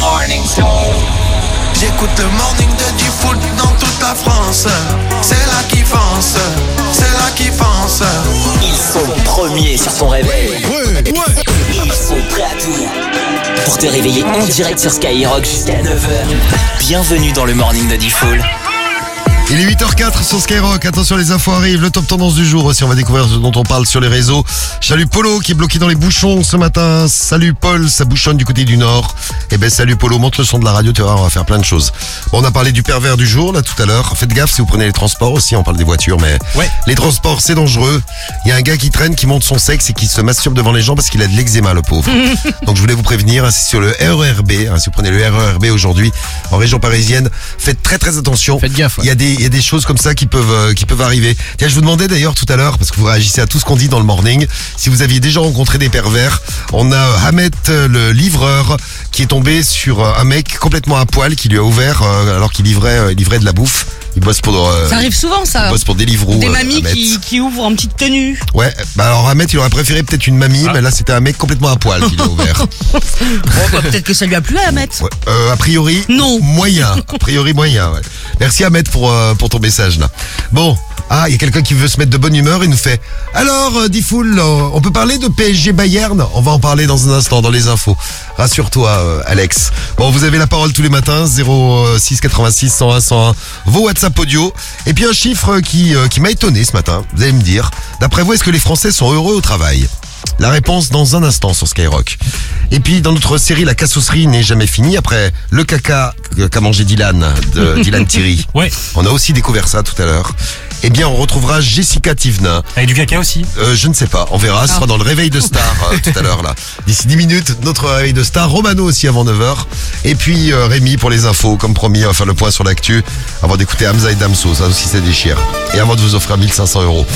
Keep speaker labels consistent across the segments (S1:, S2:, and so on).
S1: morning show.
S2: J'écoute le morning de du foot dans toute la France. C'est là qui fonce, c'est là qui fonce.
S1: Ils sont premiers sur ton réveil.
S3: Ouais, ouais.
S1: Ils sont prêts à tout. Pour te réveiller en direct sur Skyrock jusqu'à 9h. Bienvenue dans le morning de Diffoul.
S3: Il est 8h04 sur Skyrock. Attention, les infos arrivent. Le top tendance du jour aussi. On va découvrir ce dont on parle sur les réseaux. Salut Polo qui est bloqué dans les bouchons ce matin. Salut Paul, ça bouchonne du côté du Nord. Eh ben, salut Polo, monte le son de la radio. Tu vas voir, on va faire plein de choses. Bon, on a parlé du pervers du jour, là, tout à l'heure. Faites gaffe si vous prenez les transports aussi. On parle des voitures, mais
S4: Ouais.
S3: les transports, c'est dangereux. Il y a un gars qui traîne, qui monte son sexe et qui se masturbe devant les gens parce qu'il a de l'eczéma, le pauvre. Donc, je voulais vous prévenir, hein, c'est sur le RERB. hein, si vous prenez le RERB aujourd'hui en région parisienne, faites très très attention.
S4: Faites gaffe, ouais.
S3: Il y a des, il y a des choses comme ça qui peuvent, euh, qui peuvent arriver. Tiens, je vous demandais d'ailleurs tout à l'heure, parce que vous réagissez à tout ce qu'on dit dans le morning, si vous aviez déjà rencontré des pervers. On a Hamet, euh, le livreur, qui est tombé sur euh, un mec complètement à poil qui lui a ouvert euh, alors qu'il livrait, euh, il livrait de la bouffe. Il bosse pour, euh,
S5: Ça arrive souvent,
S3: il
S5: ça.
S3: bosse pour Deliveroo.
S5: Des
S3: euh,
S5: mamies
S3: Hamet.
S5: qui, qui ouvrent en petite tenue.
S3: Ouais, bah alors Hamet, il aurait préféré peut-être une mamie,
S4: Ah.
S3: mais là c'était un mec complètement à poil qui l'a ouvert.
S5: Oh, bah, Peut-être que ça lui a plu à mettre.
S3: Ouais, euh, a priori,
S5: Non.
S3: moyen. A priori, moyen. ouais. Merci Ahmed pour, euh, pour ton message là. Bon, ah, il y a quelqu'un qui veut se mettre de bonne humeur et nous fait Alors, euh, Difool, euh, on peut parler de PSG Bayern On va en parler dans un instant, dans les infos. Rassure-toi, euh, Alex. Bon, vous avez la parole tous les matins euh, 06 86 101 101. Vos WhatsApp audio. Et puis un chiffre qui, euh, qui m'a étonné ce matin. Vous allez me dire D'après vous, est-ce que les Français sont heureux au travail la réponse dans un instant sur Skyrock. Et puis dans notre série La cassosserie n'est jamais finie, après le caca euh, qu'a mangé Dylan, de Dylan Thierry.
S4: Ouais,
S3: On a aussi découvert ça tout à l'heure. Eh bien, on retrouvera Jessica Tivna.
S4: avec du caca aussi. Ah.
S3: Euh, je ne sais pas, on verra. Ce sera dans le réveil de Star euh, tout à l'heure là. D'ici 10 minutes, notre réveil de Star. Romano aussi avant 9h. Et puis euh, Rémi pour les infos, comme promis, on va faire le point sur l'actu. Avant d'écouter Hamza et Damso, ça aussi ça déchire. Et avant de vous offrir 1500 euros.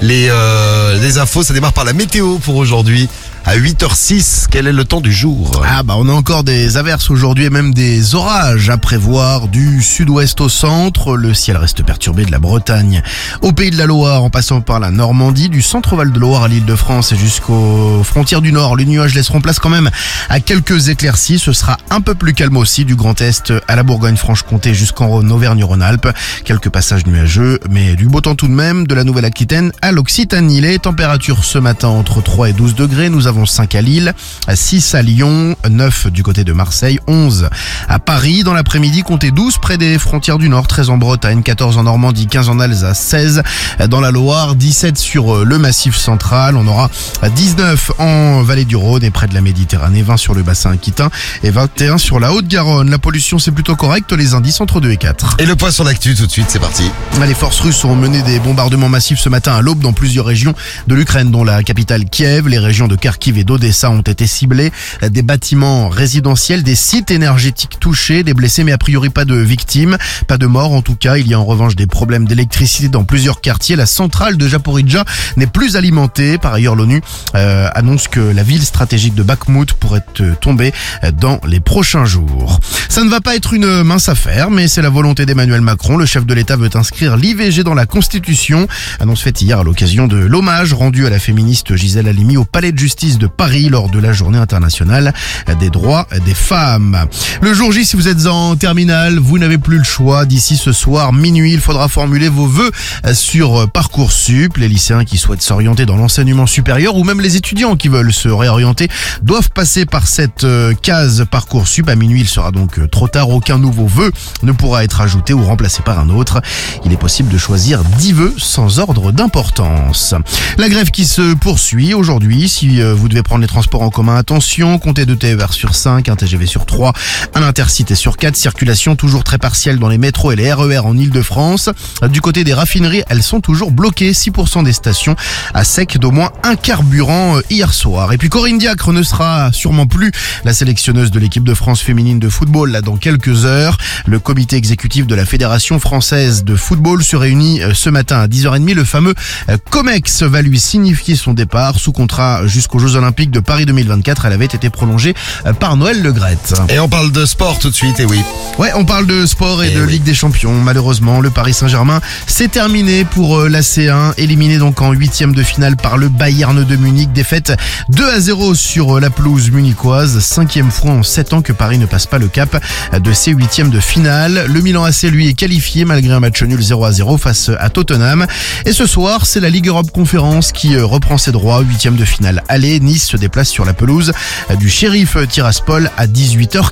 S3: Les, euh, les infos, ça démarre par la météo pour aujourd'hui. À 8h06, quel est le temps du jour
S6: Ah bah on a encore des averses aujourd'hui et même des orages à prévoir du sud-ouest au centre. Le ciel reste perturbé de la Bretagne au pays de la Loire en passant par la Normandie, du centre Val de Loire à l'île de France et jusqu'aux frontières du Nord. Les nuages laisseront place quand même à quelques éclaircies. Ce sera un peu plus calme aussi du Grand Est à la Bourgogne-Franche-Comté jusqu'en Rhône- Auvergne-Rhône-Alpes. Quelques passages nuageux mais du beau temps tout de même de la Nouvelle-Aquitaine à l'Occitanie. Les températures ce matin entre 3 et 12 degrés. Nous avons 5 à Lille, 6 à Lyon, 9 du côté de Marseille, 11 à Paris. Dans l'après-midi, comptez 12 près des frontières du Nord, 13 en Bretagne, 14 en Normandie, 15 en Alsace, 16 dans la Loire, 17 sur euh, le Massif central. On aura 19 en Vallée du Rhône et près de la Méditerranée, 20 sur le bassin aquitain et 21 sur la Haute-Garonne. La pollution, c'est plutôt correct. Les indices entre 2 et 4.
S3: Et le point sur l'actu tout de suite, c'est parti.
S6: Les forces russes ont mené des bombardements massifs ce matin à l'aube dans plusieurs régions de l'Ukraine, dont la capitale Kiev. Les régions de Kharkiv et d'Odessa ont été ciblées. Des bâtiments résidentiels, des sites énergétiques touchés, des blessés, mais a priori pas de victimes, pas de morts en tout cas. Il y a en revanche des problèmes d'électricité dans plusieurs quartiers. La centrale de Japoridja n'est plus alimentée. Par ailleurs, l'ONU euh, annonce que la ville stratégique de Bakhmut pourrait euh, tomber euh, dans les prochains jours. Ça ne va pas être une mince affaire, mais c'est la volonté d'Emmanuel Macron. Le chef de l'État veut inscrire l'IVG dans la Constitution. Annonce faite hier à l'occasion de l'hommage rendu à la féministe Gisèle Halimi au Palais de justice de Paris lors de la journée internationale des droits des femmes. Le jour J, si vous êtes en terminale, vous n'avez plus le choix. D'ici ce soir, minuit, il faudra formuler vos vœux sur Parcoursup. Les lycéens qui souhaitent s'orienter dans l'enseignement supérieur ou même les étudiants qui veulent se réorienter doivent passer par cette euh, case Parcoursup. À minuit, il sera donc euh, trop tard. Aucun nouveau vœu ne pourra être ajouté ou remplacé par un autre. Il est possible de choisir 10 vœux sans ordre d'importance. La grève qui se poursuit aujourd'hui. Si euh, vous devez prendre les transports en commun, attention. Comptez 2 TER sur 5, un TGV sur 3, un intercité sur 4. Circulation toujours très partielle dans les métros et les RER en Ile-de-France. Du côté des raffineries, elles sont toujours bloquées. 6% des stations à sec d'au moins un carburant euh, hier soir. Et puis Corinne Diacre ne sera sûrement plus la sélectionneuse de l'équipe de France féminine de football là dans quelques heures. Le comité exécutif de la Fédération française de football se réunit euh, ce matin à 10h30. Le fameux euh, COMEX va lui signifier son départ sous contrat jusqu'aux Jeux Jeux Olympiques de Paris 2024. Elle avait été prolongée euh, par Noël Le Legrette.
S3: Et on parle de sport tout de suite, et oui.
S6: Ouais, on parle de sport et,
S3: Eh
S6: de
S3: oui.
S6: Ligue des Champions. Malheureusement, le Paris Saint-Germain s'est terminé pour euh, la C1, éliminé donc en huitième de finale par le Bayern de Munich. Défaite 2 à 0 sur euh, la pelouse munichoise. Cinquième fois en sept ans que Paris ne passe pas le cap de ses huitièmes de finale. Le Milan AC, lui, est qualifié malgré un match nul 0 à 0 face à Tottenham. Et ce soir, c'est la Ligue Europe Conférence qui euh, reprend ses droits. Huitième de finale. Allez, Nice se déplace sur la pelouse du shérif Tiraspol à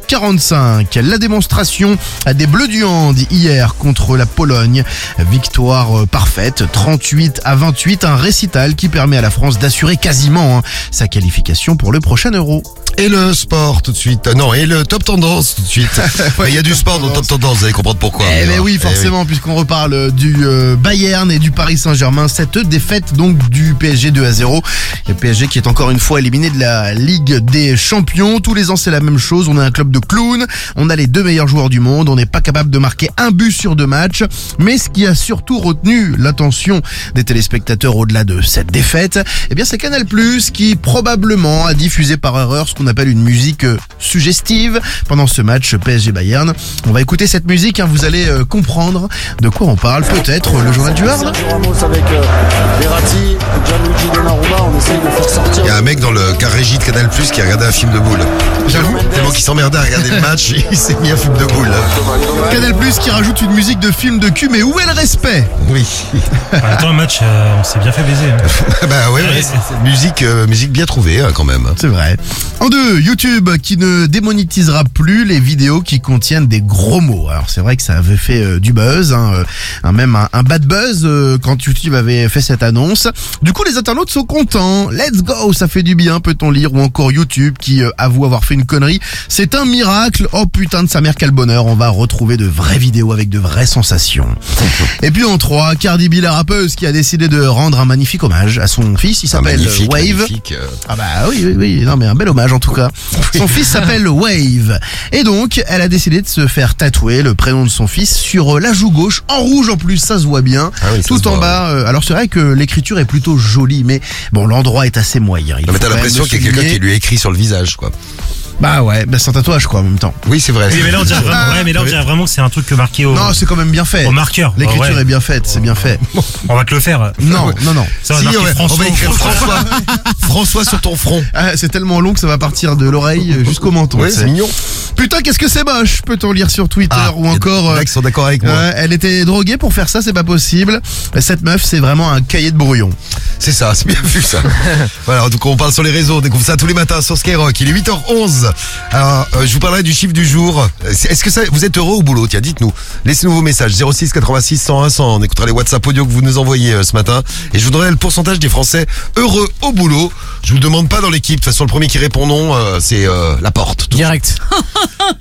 S6: 18h45. La démonstration des Bleus du Hand hier contre la Pologne. Victoire euh, parfaite, 38 à 28. Un récital qui permet à la France d'assurer quasiment hein, sa qualification pour le prochain Euro.
S3: Et le sport tout de suite. Euh, Non, et le top tendance tout de suite. Mais Il y a du sport dans le top tendance, vous allez comprendre pourquoi.
S6: Eh
S3: vous allez
S6: ben
S3: voir.
S6: oui, forcément, puisqu'on reparle euh, du euh, Bayern et du Paris Saint-Germain. Cette défaite donc du PSG 2 à 0. Le PSG qui est encore une fois éliminé de la Ligue des Champions. Tous les ans, c'est la même chose. On a un club de clowns. On a les deux meilleurs joueurs du monde. On n'est pas capable de marquer un but sur deux matchs. Mais ce qui a surtout retenu l'attention des téléspectateurs au-delà de cette défaite, eh bien, c'est Canal Plus qui probablement a diffusé par erreur ce qu'on appelle une musique euh, suggestive pendant ce match PSG Bayern. On va écouter cette musique, hein, vous allez euh, comprendre de quoi on parle. Peut-être euh, le journal du Hard.
S4: Sergio Ramos avec euh, Verratti, Gianluigi Donnarumma, on essaye de faire sortir.
S3: Il y a un mec dans le car régie de Canal Plus qui a regardé un film de boule. J'avoue. Tellement qu'il s'emmerdait à regarder le match, il s'est mis un film de boule.
S6: Canal Plus qui rajoute une musique de film de cul, mais où est le respect
S3: Oui.
S7: En même temps, le match, euh, on s'est bien fait baiser. hein.
S3: bah ouais, ouais, c'est- c'est musique, euh, musique bien trouvée euh, quand même.
S6: C'est vrai. En deux, YouTube qui ne démonétisera plus les vidéos qui contiennent des gros mots. Alors c'est vrai que ça avait fait euh, du buzz, hein, euh, un- même un, un bad buzz euh, quand YouTube avait fait cette annonce. Du coup, les internautes sont contents. Let's go, ça fait du bien, peut-on lire. Ou encore YouTube qui euh, avoue avoir fait une connerie. C'est un miracle. Oh putain de sa mère, quel bonheur. On va retrouver de vraies vidéos avec de vraies sensations. Et puis en trois, Cardi B, la rappeuse qui a décidé de rendre un magnifique hommage à son fils. Il
S3: Un
S6: s'appelle
S3: magnifique,
S6: Wave.
S3: magnifique, euh,
S6: Ah bah oui, oui, oui, non mais un bel hommage en tout cas. Son fils s'appelle Wave. Et donc, elle a décidé de se faire tatouer le prénom de son fils sur euh, la joue gauche, en rouge en plus, ça se voit bien.
S3: Ah oui, ça se
S6: tout en
S3: voit,
S6: bas. euh, Alors c'est vrai que l'écriture est plutôt jolie, mais bon, l'endroit est assez moyen. Il
S3: Non, mais t'as
S6: faut quand
S3: l'impression
S6: même
S3: qu'il
S6: le
S3: y a quelqu'un qui
S6: souligner.
S3: lui écrit sur le visage, quoi.
S6: Bah ouais, bah c'est un tatouage quoi en même temps. Ah,
S3: Oui, c'est vrai.
S7: Oui, mais là, on dirait vraiment, ouais, mais là, on dirait vraiment que c'est un truc marqué au,
S6: Non, c'est quand même bien fait.
S7: au marqueur. Ah
S6: L'écriture
S7: Ouais, ouais.
S6: est bien faite, c'est bien fait.
S7: On va te le faire.
S6: Non, non, non.
S7: Ça va
S3: Si,
S7: marquer
S3: ouais, on
S7: François
S3: va
S7: au
S3: écrire
S7: front.
S3: François. François sur ton front.
S6: Ah, c'est tellement long que ça va partir de l'oreille jusqu'au menton.
S3: Ouais,
S6: tu sais.
S3: c'est mignon.
S6: Putain, qu'est-ce que c'est moche Peut-on lire sur Twitter
S3: Ah,
S6: ou encore
S3: Il y en a
S6: euh,
S3: qui sont d'accord avec moi.
S6: Ouais, elle était droguée pour faire ça, c'est pas possible. Cette meuf, c'est vraiment un cahier de brouillon.
S3: C'est ça, c'est bien vu ça. voilà, donc on parle sur les réseaux, on découvre ça tous les matins sur Skyrock. Il est 8h11. Alors, euh, je vous parlerai du chiffre du jour. Euh, c'est- Est-ce que ça, vous êtes heureux au boulot Tiens, dites-nous. Laissez-nous vos messages 06 86 101 100. On écoutera les WhatsApp audio que vous nous envoyez euh, ce matin. Et je vous donnerai le pourcentage des Français heureux au boulot. Je vous demande pas dans l'équipe. De toute façon, le premier qui répond non, euh, c'est euh, la porte. Tout-
S6: Direct.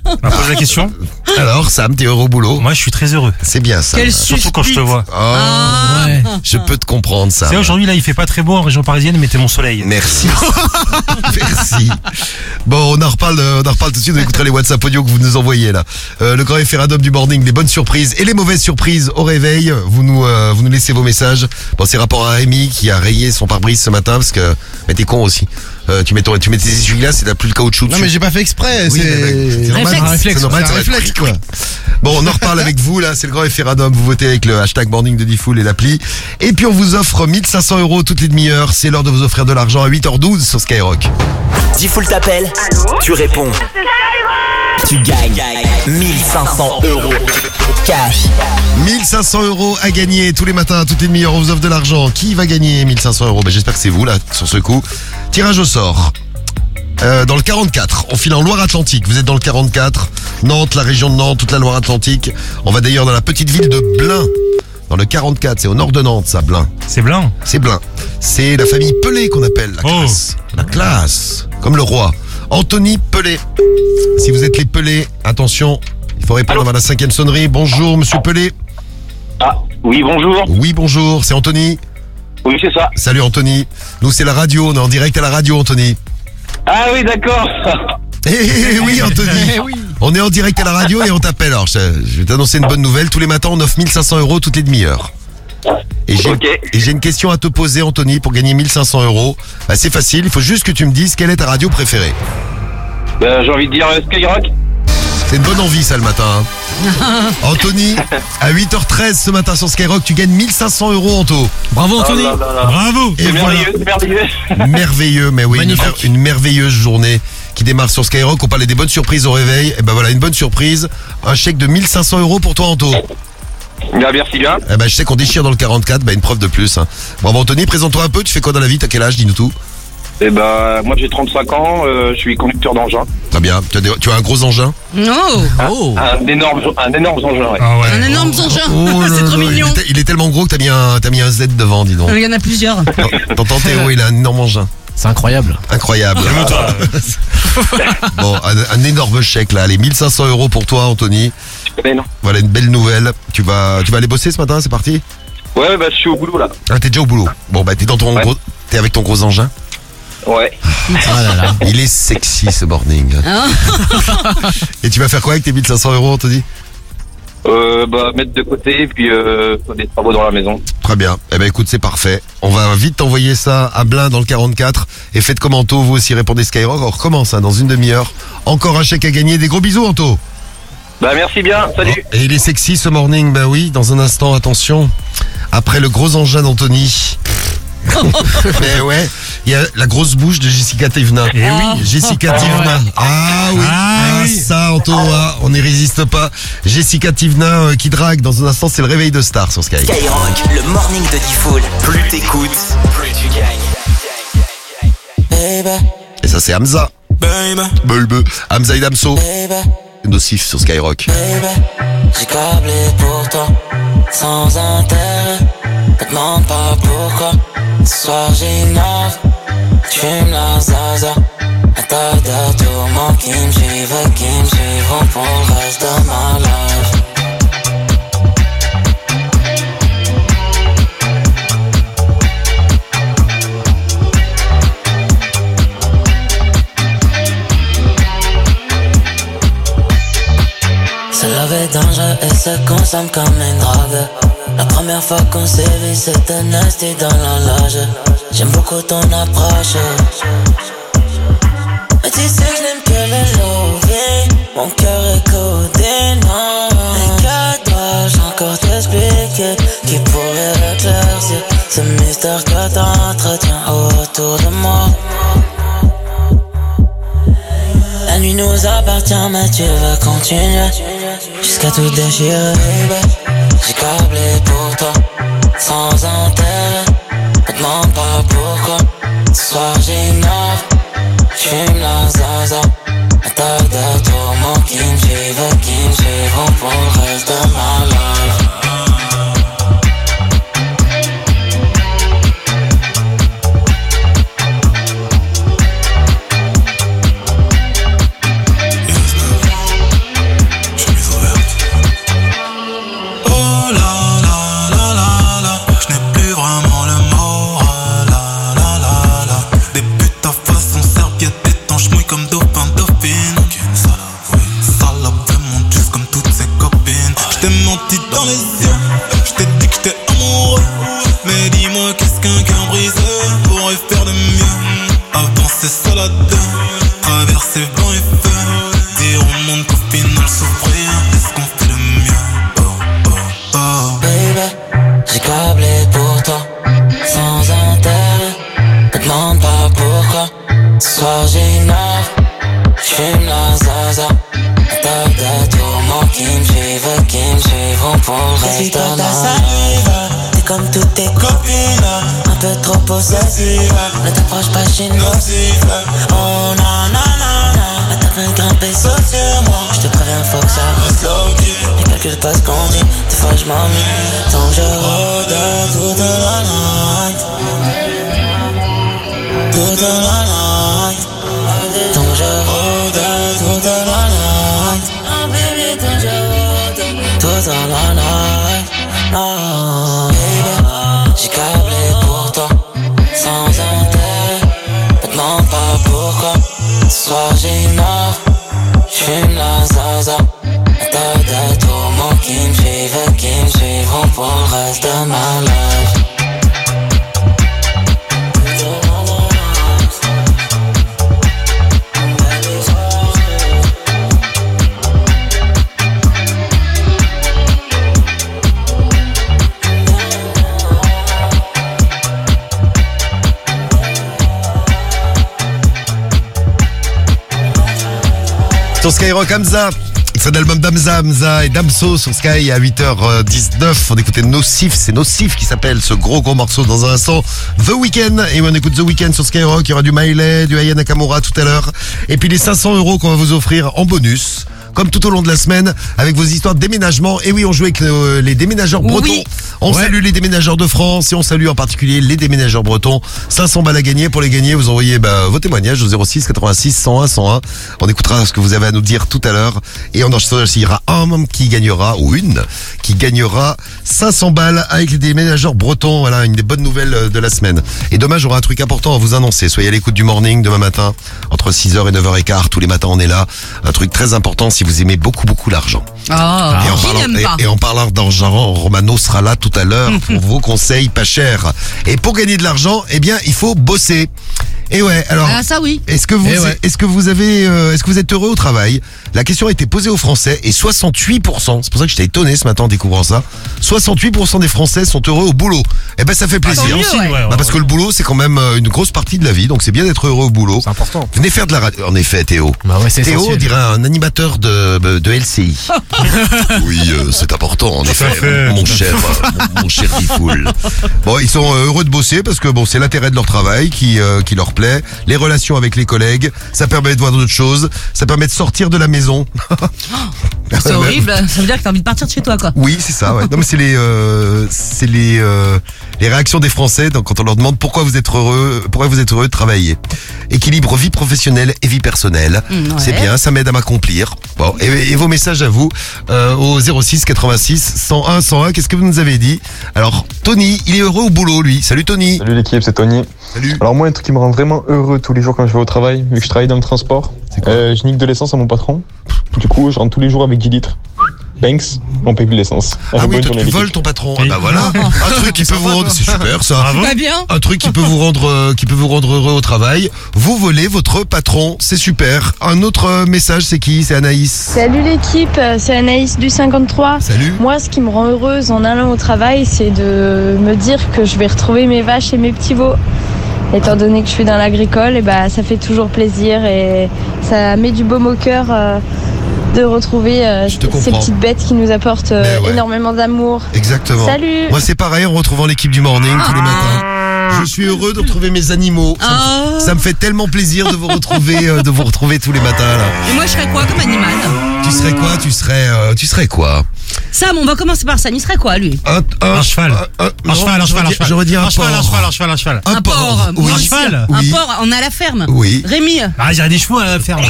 S7: On va poser la question.
S3: Alors, Sam, t'es heureux au boulot
S7: Moi, je suis très heureux.
S3: C'est bien ça.
S5: Quel
S7: Surtout quand je te
S5: suspect. Ah.
S7: vois.
S3: Oh, Je peux te comprendre ça.
S7: Tu sais, aujourd'hui, là, il fait pas très beau en région parisienne, mais t'es mon soleil.
S3: Merci. Merci. Bon, on en reparle, euh, on en reparle tout de suite. On écoutera les WhatsApp audio que vous nous envoyez là. Euh, le grand référendum du morning, les bonnes surprises et les mauvaises surprises au réveil. Vous nous, euh, vous nous laissez vos messages. Bon, c'est rapport à Rémi qui a rayé son pare-brise ce matin parce que, mais t'es con aussi. Euh, tu mets ton, tu mets tes essuie-glaces et t'as plus le caoutchouc.
S6: Non
S3: dessus.
S6: mais j'ai pas fait exprès,
S3: Oui, mais mec,
S6: c'est
S3: c'est normal,
S5: Réflexe.
S3: c'est-
S6: réflexe,
S3: c'est normal,
S6: c'est un
S3: ça va être-
S6: réflexe, quoi.
S3: Bon, on en reparle avec vous là, c'est le grand référendum. Vous votez avec le hashtag Morning de Diffoul et l'appli. Et puis on vous offre 1500 euros toutes les demi-heures. C'est l'heure de vous offrir de l'argent à 8h12 sur Skyrock.
S1: Diffoul t'appelle, tu réponds. Tu gagnes 1500 euros cash.
S3: 1500 euros à gagner tous les matins, toutes les demi-heures, on vous offre de l'argent. Qui va gagner 1500 euros ben, J'espère que c'est vous, là, sur ce coup. Tirage au sort. Euh, dans le 44, on file en Loire-Atlantique. Vous êtes dans le 44, Nantes, la région de Nantes, toute la Loire-Atlantique. On va d'ailleurs dans la petite ville de Blain. Dans le 44, c'est au nord de Nantes, ça, Blain.
S7: C'est blanc.
S3: C'est Blain. C'est la famille Pelé qu'on appelle, la
S7: Oh.
S3: classe. La classe, comme le roi. Anthony Pelé. Si vous êtes les Pelé, attention, il faut répondre avant la cinquième sonnerie. Bonjour, monsieur Pelé.
S8: Ah, oui, bonjour.
S3: Oui, bonjour, c'est Anthony.
S8: Oui, c'est ça.
S3: Salut Anthony. Nous, c'est la radio, on est en direct à la radio, Anthony.
S8: Ah oui, d'accord.
S3: Eh, eh, eh, oui, Anthony. On est en direct à la radio et on t'appelle. Alors, je, je vais t'annoncer une bonne nouvelle. Tous les matins, on offre 1500 euros toutes les demi-heures. Et j'ai
S8: Ok.
S3: et j'ai une question à te poser, Anthony, pour gagner 1500 euros. Bah, c'est facile, il faut juste que tu me dises quelle est ta radio préférée.
S8: Ben, J'ai envie de dire euh, Skyrock.
S3: C'est une bonne envie, ça, le matin. hein. Anthony, à 8h13 ce matin sur Skyrock, tu gagnes 1500 euros en taux.
S7: Bravo, Anthony.
S8: Oh là là là.
S7: Bravo.
S3: Et
S8: C'est
S3: voilà.
S8: merveilleux, c'est merveilleux.
S3: merveilleux, mais oui, une, mer-
S7: Magnifique.
S3: une merveilleuse journée qui démarre sur Skyrock. On parlait des bonnes surprises au réveil. Et ben voilà, une bonne surprise. Un chèque de 1500 euros pour toi, Anto.
S8: Ben, merci bien.
S3: Eh ben, je sais qu'on déchire dans le 44, ben, une preuve de plus. hein. Bravo, Anthony, présente-toi un peu. Tu fais quoi dans la vie T'as quel âge Dis-nous tout.
S8: Et ben, moi j'ai 35 ans, euh, je suis conducteur d'engin.
S3: Très bien. Tu as, des- tu as un gros engin
S5: Non,
S8: Un énorme, un énorme engin, Ah, ouais.
S7: Oh, Ah ouais.
S5: Oh, un énorme engin.
S3: Oh, là
S5: c'est
S3: là,
S5: trop
S3: Euh, il
S5: mignon.
S3: est te- Il est tellement gros que t'as mis, un- t'as mis un Z devant, dis donc.
S5: Il y en a plusieurs.
S3: Oh, T'entends Théo, il a un énorme engin.
S9: C'est incroyable.
S3: Incroyable.
S7: Calme-toi.
S3: Bon, un, un énorme chèque là. Allez, 1500 euros pour toi, Anthony.
S8: Mais non.
S3: Voilà une belle nouvelle. Tu vas, tu vas aller bosser ce matin, c'est parti
S8: Ouais, bah, je suis au boulot là.
S3: Ah, t'es déjà au boulot. Bon, bah, t'es dans ton
S8: Ouais.
S3: gros. T'es avec ton gros engin.
S8: Ouais.
S9: Ah là Ah. là.
S3: Il est sexy ce morning.
S5: Hein
S3: Et tu vas faire quoi avec tes 1500 euros, on te dit
S8: Euh, bah, mettre de côté, puis euh, faire des travaux dans la maison.
S3: Très bien. Eh ben, écoute, c'est parfait. On va vite t'envoyer ça à Blin dans le 44. Et faites comme Anto, vous aussi répondez Skyrock. On recommence hein, dans une demi-heure. Encore un chèque à gagner. Des gros bisous, Anto.
S8: Bah, merci bien, salut.
S3: Et il est sexy ce morning, bah oui, dans un instant, attention. Après le gros engin d'Anthony. Mais ouais, il y a la grosse bouche de Jessica Tevna.
S7: Eh oui.
S3: Jessica Tivna. Ah oui.
S7: Ah
S3: Ah,
S7: oui.
S3: ça, Anto, ah, on n'y résiste pas. Jessica Tivna euh, qui drague. Dans un instant, c'est le réveil de star sur Sky.
S1: Skyrock, le morning de Diffoul. Plus t'écoutes, plus tu gagnes.
S3: Et ça, c'est Hamza. Bulbe. Hamza et Damso. Nocif sur Skyrock.
S10: J'ai câblé pourtant, sans intérêt. Me demande pas pourquoi. Ce soir j'innove, tu me la zaza. Un tas de tourments qui me suivent, qui me suivront pour le reste de ma life. Se laver dangereux et se consomme comme une drogue. La première fois qu'on s'est vu, c'était nasty dans la loge. J'aime beaucoup ton approche. Mais tu sais que je n'aime que le loving. Mon cœur est codé, non. Mais que dois-je encore t'expliquer Qui pourrait éclaircir ce mystère que t'entretiens autour de moi? La nuit nous appartient, mais tu veux continuer jusqu'à tout déchirer. J'ai câblé pour toi, sans intérêt. Me demande pas pourquoi. Ce soir j'innove, j'fume la zaza. Un tas de tourments qui me suivent, qui me suivront pour le reste de ma life.
S2: Oh la la la la la, je n'ai plus vraiment le moral. La la la la, des putes à façon serviette étanche mouille comme dauphin dauphine. Salope fait mon juice comme toutes ses copines. Je t'ai menti dans les yeux, je t'ai dit que j'étais amoureux. Mais dis-moi qu'est-ce qu'un cœur brisé pourrait faire de mieux. Avancer salade, traverser vent et feu. Dire au monde qu'au final souffrir, est-ce qu'on fait le mieux? Oh, oh, oh.
S10: baby. J'ai câblé pour toi, sans intérêt. Me demande pas pourquoi. Ce soir j'innove, j'fume la zaza. Un tas de tourments qui me suivent, qui me suivront pour le reste de ma vie. T'es comme toutes tes copines, un peu trop possessive. Ne t'approche pas chez nous. Oh na na na na, t'as plein de grimper saute sur moi. J'te préviens, faut que ça reste low-key. Ne calcule pas ce qu'on dit, des fois je m'ennuie. Tant que je rôde toute la night. Toute la night. Tant que je rôde toute la night. Oh baby, tant que je rôde toute la night. Oh baby, j'ai câblé pour toi, sans intérêt. Ne demande pas pourquoi. Ce soir j'innove, j'fume la zaza. Un tas de tourments qui me suivent, qui me suivront pour le reste de ma life.
S3: Skyrock Hamza. C'est l'album d'Amza Hamza et d'Amso sur Sky à 8h19. On écoutait Nocif, c'est Nocif qui s'appelle ce gros gros morceau dans un instant. The Weeknd. Et on écoute The Weeknd sur Skyrock. Il y aura du Miley, du Aya Nakamura tout à l'heure. Et puis les 500 euros qu'on va vous offrir en bonus. Comme tout au long de la semaine, avec vos histoires de déménagement. Et oui, on jouait avec euh, les déménageurs
S5: Oui.
S3: bretons. On salue les déménageurs de France et on salue en particulier les déménageurs bretons. 500 balles à gagner. Pour les gagner, vous envoyez bah, vos témoignages au 06 86 101 101. On écoutera ce que vous avez à nous dire tout à l'heure et on en choisira un membre qui gagnera ou une qui gagnera 500 balles avec les déménageurs bretons. Voilà une des bonnes nouvelles euh, de la semaine. Et demain, j'aurai un truc important à vous annoncer. Soyez à l'écoute du morning demain matin entre 6h et 9h15. Tous les matins, on est là. Un truc très important si vous aimez beaucoup beaucoup l'argent.
S5: Ah,
S3: Et en
S5: qui
S3: parlant,
S5: n'aime pas
S3: et, et en parlant d'argent, Romano sera là tout à l'heure pour vos conseils pas chers. Et pour gagner de l'argent, eh bien, il faut bosser. Et ouais, alors.
S5: Ah, ça oui.
S3: Est-ce que vous,
S9: Eh ouais.
S3: est-ce que vous avez, euh, est-ce que vous êtes heureux au travail La question a été posée aux Français et 68%. C'est pour ça que j'étais étonné ce matin en découvrant ça. 68% des Français sont heureux au boulot. Eh ben, ça fait plaisir.
S5: Ah, Tant mieux,
S7: aussi,
S5: ouais.
S7: ouais, ouais.
S3: Bah, parce que le boulot, c'est quand même euh, une grosse partie de la vie, donc c'est bien d'être heureux au boulot.
S9: C'est important.
S3: Venez faire de la radio. En effet, Théo.
S9: Bah ouais, c'est
S3: Théo
S9: essentiel.
S3: dirait un animateur de, de LCI. oui, euh, c'est important, en effet,
S7: fait.
S3: mon cher, euh, mon, mon cher Rifoul. Bon, ils sont euh, heureux de bosser parce que bon, c'est l'intérêt de leur travail qui, euh, qui leur plaît. Les relations avec les collègues, ça permet de voir d'autres choses, ça permet de sortir de la maison.
S5: C'est horrible. Ça veut dire que t'as envie de partir de chez toi, quoi.
S3: Oui, c'est ça. Ouais. Non, mais c'est les, euh, c'est les, euh, les réactions des Français donc, quand on leur demande pourquoi vous êtes heureux, pourquoi vous êtes heureux de travailler. Équilibre vie professionnelle et vie personnelle,
S5: Mm, ouais.
S3: c'est bien, ça m'aide à m'accomplir. Bon, et, et vos messages à vous euh, au 06 86 101 101. Qu'est-ce que vous nous avez dit Alors Tony, il est heureux au boulot, lui. Salut Tony.
S11: Salut l'équipe, c'est Tony.
S3: Salut.
S11: Alors moi, un truc qui me rend vraiment heureux tous les jours quand je vais au travail, vu que je travaille dans le transport, euh, je nique de l'essence à mon patron. Du coup, je rentre tous les jours avec 10 litres. Banks, on paye plus de l'essence.
S3: Ah
S11: Allez,
S3: oui,
S11: bonne
S3: toi,
S11: journée,
S3: tu
S11: l'équipe.
S3: voles ton patron. Ah
S7: Oui.
S3: bah voilà, un truc qui peut vous rendre, c'est super ça.
S7: Bravo.
S5: Pas bien.
S3: un truc qui peut vous rendre euh, qui peut vous rendre heureux au travail. Vous volez votre patron, c'est super. Un autre euh, message, c'est qui C'est Anaïs.
S12: Salut l'équipe, euh, c'est Anaïs du 53.
S3: Salut.
S12: Moi, ce qui me rend heureuse en allant au travail, c'est de me dire que je vais retrouver mes vaches et mes petits veaux. Étant donné que je suis dans l'agricole, et bah, ça fait toujours plaisir et ça met du baume au cœur euh, de retrouver euh,
S3: Je
S12: ces
S3: te comprends.
S12: petites bêtes qui nous apportent euh,
S3: Mais ouais.
S12: énormément d'amour.
S3: Exactement.
S12: Salut
S3: Moi, c'est pareil en retrouvant l'équipe du morning tous les matins. Je suis heureux de retrouver mes animaux. Ça, me-
S5: Ah.
S3: ça me fait tellement plaisir de vous retrouver euh, de vous retrouver tous les matins là.
S5: Et moi, je serais quoi comme animal
S3: Tu serais quoi Tu serais euh, tu serais quoi
S5: Sam, on va commencer par Sam. Il serait quoi, lui
S3: Un,
S7: Un cheval.
S3: non,
S7: Un cheval, un
S3: j'aurais
S7: cheval, un
S3: dit-
S7: cheval.
S3: J'aurais dit un,
S7: un cheval, un
S3: porc.
S7: cheval, un cheval, un cheval.
S3: Un porc.
S5: moi
S3: Oui.
S7: Un
S5: aussi.
S7: cheval
S5: Un
S3: Oui.
S5: porc, on a la ferme.
S3: Oui.
S5: Rémi,
S7: Ah, j'aurais des chevaux à la ferme.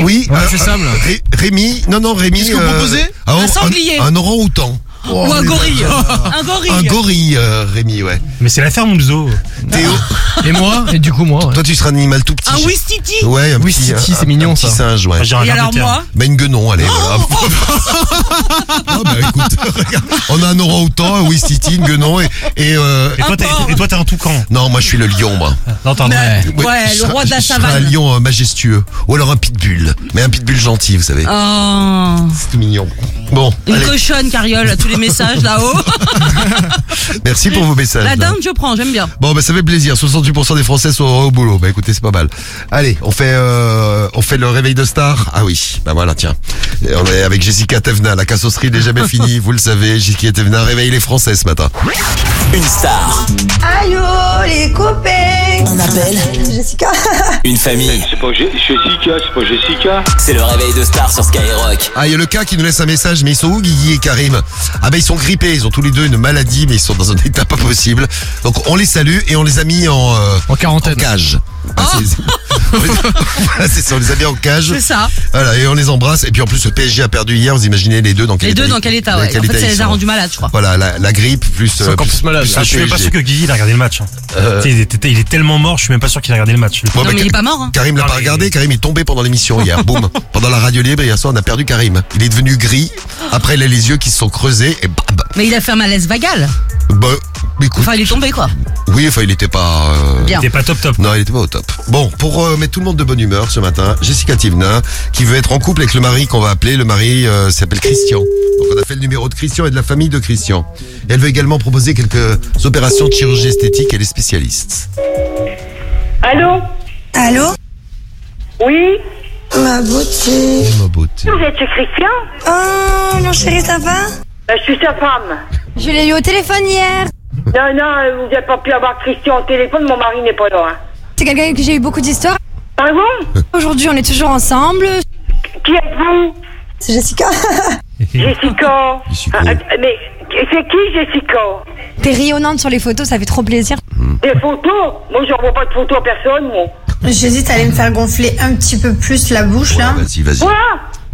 S3: Oui.
S9: Ouais,
S3: un-
S9: c'est
S3: un-
S9: simple.
S3: Ré- Rémi. Non non Rémi. euh,
S6: Qu'est-ce que vous proposez
S3: un,
S5: Un sanglier.
S3: Un, orang-outan.
S5: ou un gorille. un gorille.
S3: Oh, Un gorille, euh, Rémi, ouais.
S7: Mais c'est la ferme ou le zoo
S3: Théo,
S9: Et moi Et du coup, moi. ouais.
S3: toi tu seras un animal tout petit.
S5: Un Ouistiti.
S3: Ouais, un
S9: Oui,
S3: petit,
S9: si, si,
S3: un-
S9: c'est mignon,
S3: un petit
S9: ça.
S3: singe, ouais.
S7: Ah, j'aurais un ver
S5: Et
S7: de
S5: alors,
S7: terre.
S5: moi Oh
S3: Bah une guenon, allez. voilà. Non, bah, écoute, regarde, on a un orang-outan, un Ouistiti, une guenon et, et, euh,
S7: Et toi, t'es-
S5: porc.
S7: et toi, t'es un toucan.
S3: non, moi je suis le lion, moi.
S7: Non, t'es un-
S9: Ouais.
S5: Ouais,
S3: je
S5: le
S3: serai-
S5: roi de la
S3: je serai Un
S5: savane.
S3: lion euh, majestueux, ou alors un pitbull, mais un pitbull gentil, vous savez.
S5: Oh.
S3: C'est tout mignon. Bon,
S5: Une
S3: allez,
S5: cochonne, Cariole, à tous les messages là-haut.
S3: merci pour vos messages.
S5: La
S3: là.
S5: dinde, je prends, j'aime bien.
S3: Bon, bah ça fait plaisir. 68% des Français sont au boulot. Bah écoutez, c'est pas mal. Allez, on fait, euh, on fait le réveil de star. Ah oui, bah voilà, tiens. Et on est avec Jessica Tevna. La cassosserie n'est jamais finie, vous le savez. Jessica Tevna réveille les Français ce matin.
S1: Une star,
S10: Allô les copains
S1: un appel,
S10: Jessica
S1: une famille.
S8: Eh, C'est pas Jessica, c'est pas Jessica.
S1: C'est le réveil de star sur Skyrock.
S3: Ah, il y a le cas qui nous laisse un message, mais ils sont où Guigui et Karim Ah ben ils sont grippés, ils ont tous les deux une maladie, mais ils sont dans un état pas possible. Donc on les salue et on les a mis en, euh,
S9: En
S3: en
S9: quarantaine.
S3: cage. Ah, c'est- Voilà, c'est ça, on les a mis en cage.
S5: C'est ça.
S3: Voilà, et on les embrasse. Et puis en plus, le PSG a perdu hier. Vous imaginez les deux dans quel
S5: Les
S3: état
S5: deux
S3: ils-
S5: dans quel état, ouais. En
S3: état
S5: fait, ça
S3: ils
S5: les a
S3: sont.
S5: rendus malades, je crois.
S3: Voilà, la, la grippe plus.
S9: C'est encore plus malade.
S7: Ah, je suis même pas sûr que Guigui il a regardé le match. hein.
S3: Euh.
S7: Tu sais, Il, était- il est tellement mort, je suis même pas sûr qu'il a regardé le match.
S3: Ouais,
S5: Non,
S3: mais
S5: mais il
S3: Ka-
S5: est pas mort, hein.
S3: Karim l'a
S7: Non,
S3: pas
S7: mais-
S3: regardé. Karim est tombé pendant l'émission hier. Boum. Pendant la radio libre hier soir, on a perdu Karim. Il est devenu gris. Après, il a les yeux qui se sont creusés et bam.
S5: Mais il a fait un malaise vagal.
S3: Bah, écoute.
S5: Enfin, il est tombé, quoi.
S3: Oui, enfin, il était pas. euh,
S5: Bien.
S7: Il était pas top top.
S3: Non, il était pas au top. Bon, pour euh, mettre tout le monde de bonne humeur ce matin, Jessica Tivna, qui veut être en couple avec le mari qu'on va appeler. Le mari euh, s'appelle Christian. Donc on a fait le numéro de Christian et de la famille de Christian. Et elle veut également proposer quelques opérations de chirurgie esthétique. Elle est spécialiste.
S12: Allô
S10: Allô
S12: Oui
S8: Ma beauté.
S3: Ma beauté.
S8: Vous êtes chrétien Oh, mon chéri, ça va Je suis sa femme. Je l'ai eu au téléphone hier. Non, non, vous n'avez pas pu avoir Christian au téléphone, mon mari n'est pas là. hein. Ah C'est quelqu'un avec qui j'ai eu beaucoup d'histoires. Pardon Aujourd'hui, on est toujours ensemble. Qui êtes-vous C'est Jessica. Jessica. Ah, ah, mais c'est qui, Jessica T'es rayonnante sur les photos, ça fait trop plaisir. Des photos Moi, je vois pas de photos à personne, moi.
S12: J'hésite à aller me faire gonfler un petit peu plus la bouche là.
S3: Vas-y, vas-y.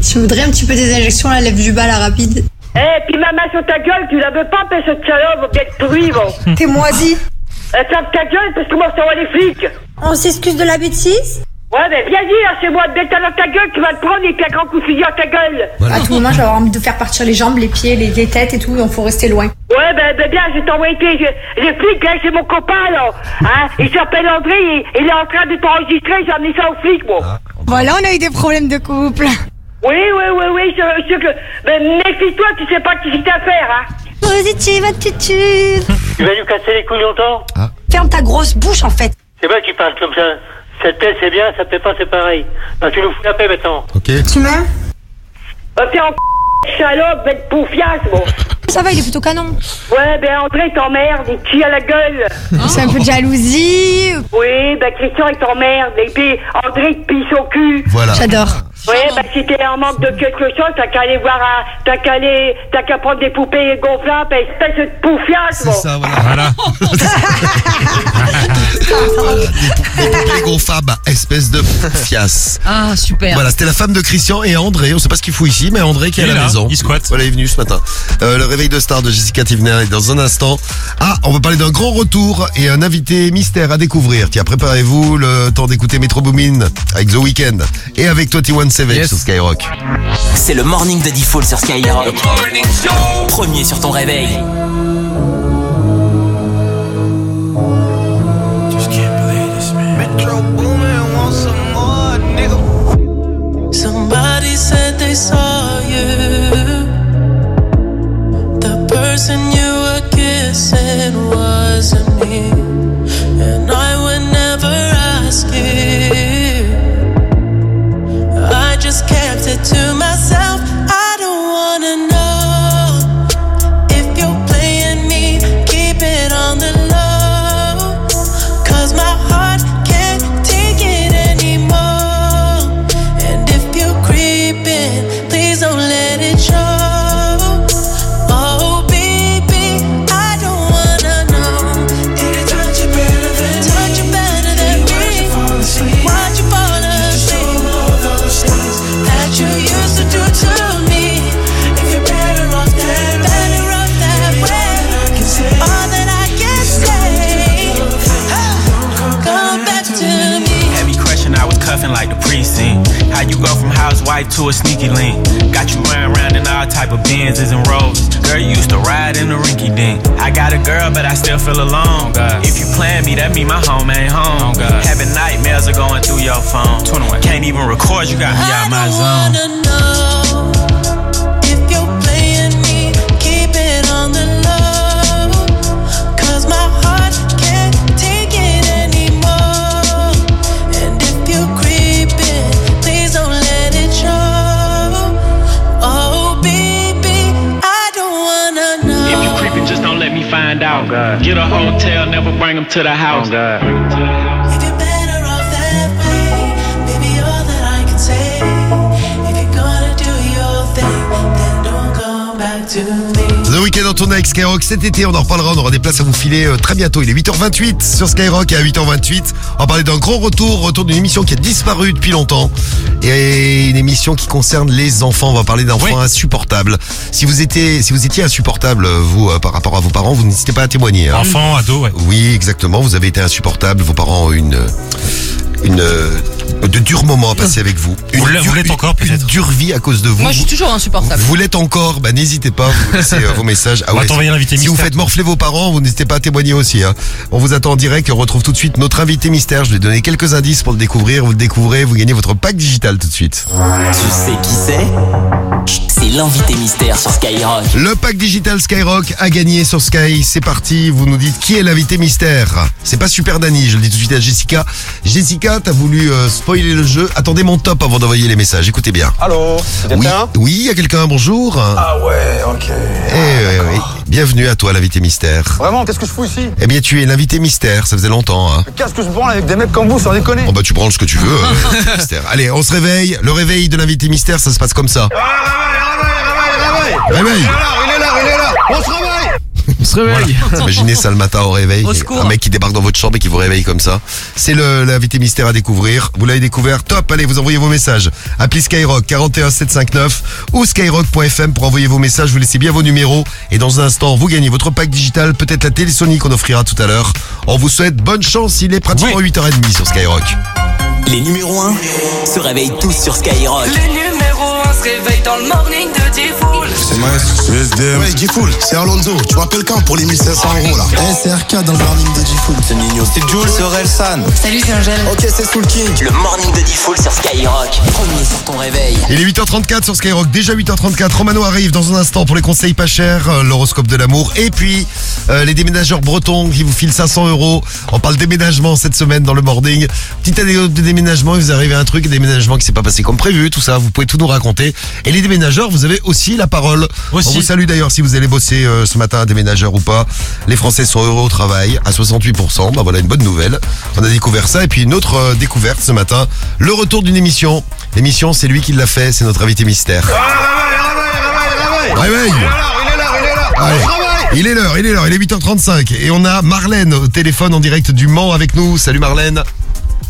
S12: Je voudrais un petit peu des injections à la lèvre du bas là rapide.
S8: Eh, puis maman sur ta gueule, tu la veux pas, parce que salope, va bien te pourrir, va.
S12: T'es moisi.
S8: Elle Euh, tape ta gueule, parce que moi, ça va les flics.
S12: On s'excuse de la bêtise
S8: Ouais, mais viens dire, c'est moi, dès que t'as dans ta gueule, tu vas te prendre et puis un grand coup de fusil à oh, ta gueule.
S12: À tout moment, je vais avoir envie de faire partir les jambes, les pieds, les, les têtes et tout, donc faut rester loin.
S8: Ouais, ben, ben bien, je t'ai envoyé tes- je- les flics, hein, c'est mon copain, là. Hein, il s'appelle André, il, il est en train de t'enregistrer, j'ai amené ça aux flics, moi.
S12: Voilà, on a eu des problèmes de couple.
S8: Oui, oui, oui, oui, je, je, que- ben, méfie-toi, tu sais pas qui c'est affaire, hein.
S12: Positive attitude.
S11: Tu vas nous casser les couilles longtemps
S12: Ferme ta grosse bouche en fait.
S11: C'est moi qui parle comme ça. Ça te plaît, c'est bien, ça te plaît pas, c'est pareil. Bah, tu nous fous la paix maintenant.
S12: Tu m'aimes
S8: Va Oh, t'es en c***, salope, bête poufiasse, moi.
S12: Ça va, il est plutôt canon.
S8: Ouais, ben André t'emmerde, il tue à la gueule.
S12: C'est un peu de jalousie.
S8: Oui, ben Christian il t'emmerde, et puis André il te pisse au cul.
S3: Voilà.
S12: J'adore.
S8: Ouais, bah si t'es en manque de quelque chose, t'as qu'à aller voir, un- t'as qu'à aller, t'as qu'à prendre des poupées gonflables, espèce de poufiasse, moi.
S7: Ah,
S3: voilà. Fab, espèce de fiasse.
S5: Ah, super.
S3: Voilà, c'était la femme de Christian et André. On sait pas ce qu'il fout ici, mais André qui est à
S7: Il
S3: la
S7: est là,
S3: maison.
S7: il squatte.
S3: Voilà, il est venu ce matin. Euh, le réveil de star de Jessica Tivner est dans un instant. Ah, on va parler d'un grand retour et un invité mystère à découvrir. Tiens, préparez-vous le temps d'écouter Metro Boomin avec The Weeknd et avec 21 Savage sur Skyrock.
S1: C'est le morning de Default sur Skyrock. Premier sur ton réveil.
S13: Metro Boomin want some more, nigga. Somebody said they saw you. The person you were kissing wasn't me. And I would never ask you. I just kept it to myself. I don't wanna know if you're playing me. Keep it on the low. Cause my heart can't take it anymore. And if you're creeping, please don't let it show. Oh, baby, I don't wanna know. Did it touch you better than touch you better than me? Why'd you fall asleep? That you used to do to me. If you're better off that better off that way. All that I can say. Come back to me.
S14: Had me crushing, I was cuffing like the precinct. How you go from housewife to a sneaky link? Got you running around in all type of Benz's and Rolls. Girl, you used to ride in the rinky dink. I got a girl, but I still feel alone. If you plan me, that mean my home ain't home. Having nightmares are going through your phone. Can't even record, you got me out my zone.
S13: wanna know if you're playing me, keep it on the low. 'Cause my heart can't take it anymore. And if you're creeping, please don't let it show. Oh, baby, I don't wanna know.
S14: If you creeping, just don't let me find out. Get a hotel, never bring them to the house.
S13: If you're better off that way, baby, all that I can say. If you're gonna do your thing, then don't come back to me.
S3: The Weeknd en tournée avec Skyrock cet été, on en reparlera, on aura des places à vous filer euh, très bientôt. Il est 8h28 sur Skyrock et à 8h28, on va parler d'un grand retour, retour d'une émission qui a disparu depuis longtemps et une émission qui concerne les enfants. On va parler d'enfants insupportables. Si vous étiez, si vous étiez insupportable euh, vous euh, par rapport à vos parents, vous n'hésitez pas à témoigner. hein.
S7: Enfant, ado, ouais.
S3: Oui, exactement. Vous avez été insupportable. Vos parents ont une une euh, de durs moments à passer avec vous. Une
S7: Vous l'êtes-
S3: dure-
S7: vous l'êtes encore,
S3: une dure vie à cause de vous.
S5: Moi, je suis toujours insupportable.
S3: Vous l'êtes encore, bah, n'hésitez pas, vous laissez euh, vos messages.
S7: On va t'envoyer l'invité
S3: Si vous
S7: mystère.
S3: faites morfler vos parents, vous n'hésitez pas à témoigner aussi. hein. On vous attend en direct et on retrouve tout de suite notre invité mystère. Je vais donner quelques indices pour le découvrir. Vous le découvrez, vous gagnez votre pack digital tout de suite.
S1: Tu sais qui c'est C'est l'invité mystère sur Skyrock.
S3: Le pack digital Skyrock a gagné sur Sky. C'est parti, vous nous dites qui est l'invité mystère. C'est pas Super Dani, je le dis tout de suite à Jessica. Jessica, t'as voulu euh, spoiler le jeu. Attendez mon top avant d'envoyer les messages, écoutez bien.
S15: Allô c'est
S3: Oui,
S15: quelqu'un
S3: oui, il y a quelqu'un, bonjour.
S15: hein Ah ouais, ok.
S3: Eh, ouais, ouais. Bienvenue à toi l'invité mystère.
S15: Vraiment, qu'est-ce que je fous ici
S3: Eh bien tu es l'invité mystère, ça faisait longtemps. hein.
S15: Qu'est-ce que je branle avec des mecs comme vous, sans déconner
S3: Bon bah tu branles ce que tu veux. euh, mystère. Allez, on se réveille. Le réveil de l'invité mystère, ça se passe comme ça. Réveille.
S15: Il est là, il est là, il est là On se réveille
S3: On se réveille. Imaginez ça le matin au réveil.
S15: Au
S3: Un
S15: secours.
S3: mec qui débarque dans votre chambre et qui vous réveille comme ça. C'est le- l'invité mystère à découvrir. Vous l'avez découvert. Top. Allez, vous envoyez vos messages. Appelez Skyrock 41 759 ou skyrock.fm pour envoyer vos messages. Vous laissez bien vos numéros. Et dans un instant, vous gagnez votre pack digital. Peut-être la télé Sony qu'on offrira tout à l'heure. On vous souhaite bonne chance. Il est pratiquement 8h30 sur Skyrock.
S1: Les numéros 1 se réveillent tous sur Skyrock.
S10: Les numéros 1 se réveillent dans le morning de Diffoul.
S16: C'est Maes, USDM. Ouais, Gifoul, c'est Alonso. Tu m'appelles quand pour les 1500 euros là SRK dans le morning de Gifoul. C'est Nino. C'est Jules, c'est Orelsan.
S1: Salut, c'est Angèle. Ok, c'est Soul King. Le morning de Diffoul sur Skyrock. Premier sur ton réveil.
S3: Il est 8h34 sur Skyrock, déjà 8h34. Romano arrive dans un instant pour les conseils pas chers, euh, l'horoscope de l'amour. Et puis, euh, les déménageurs bretons qui vous filent 500 euros. On parle déménagement cette semaine dans le morning. Petite anecdote de déménagement, il vous arrivez un truc, déménagement qui s'est pas passé comme prévu, tout ça. Vous pouvez tout nous raconter. Et les déménageurs, vous avez aussi la parole. On vous salue d'ailleurs si vous allez bosser euh, ce matin, déménageur ou pas. Les Français sont heureux au travail, à 68%. Bah voilà une bonne nouvelle. On a découvert ça. Et puis une autre euh, découverte ce matin, le retour d'une émission. L'émission, c'est lui qui l'a fait, c'est notre invité mystère. Réveille Allez. Il est l'heure, il est l'heure, il est 8h35 et on a Marlène au téléphone en direct du Mans avec nous. Salut Marlène.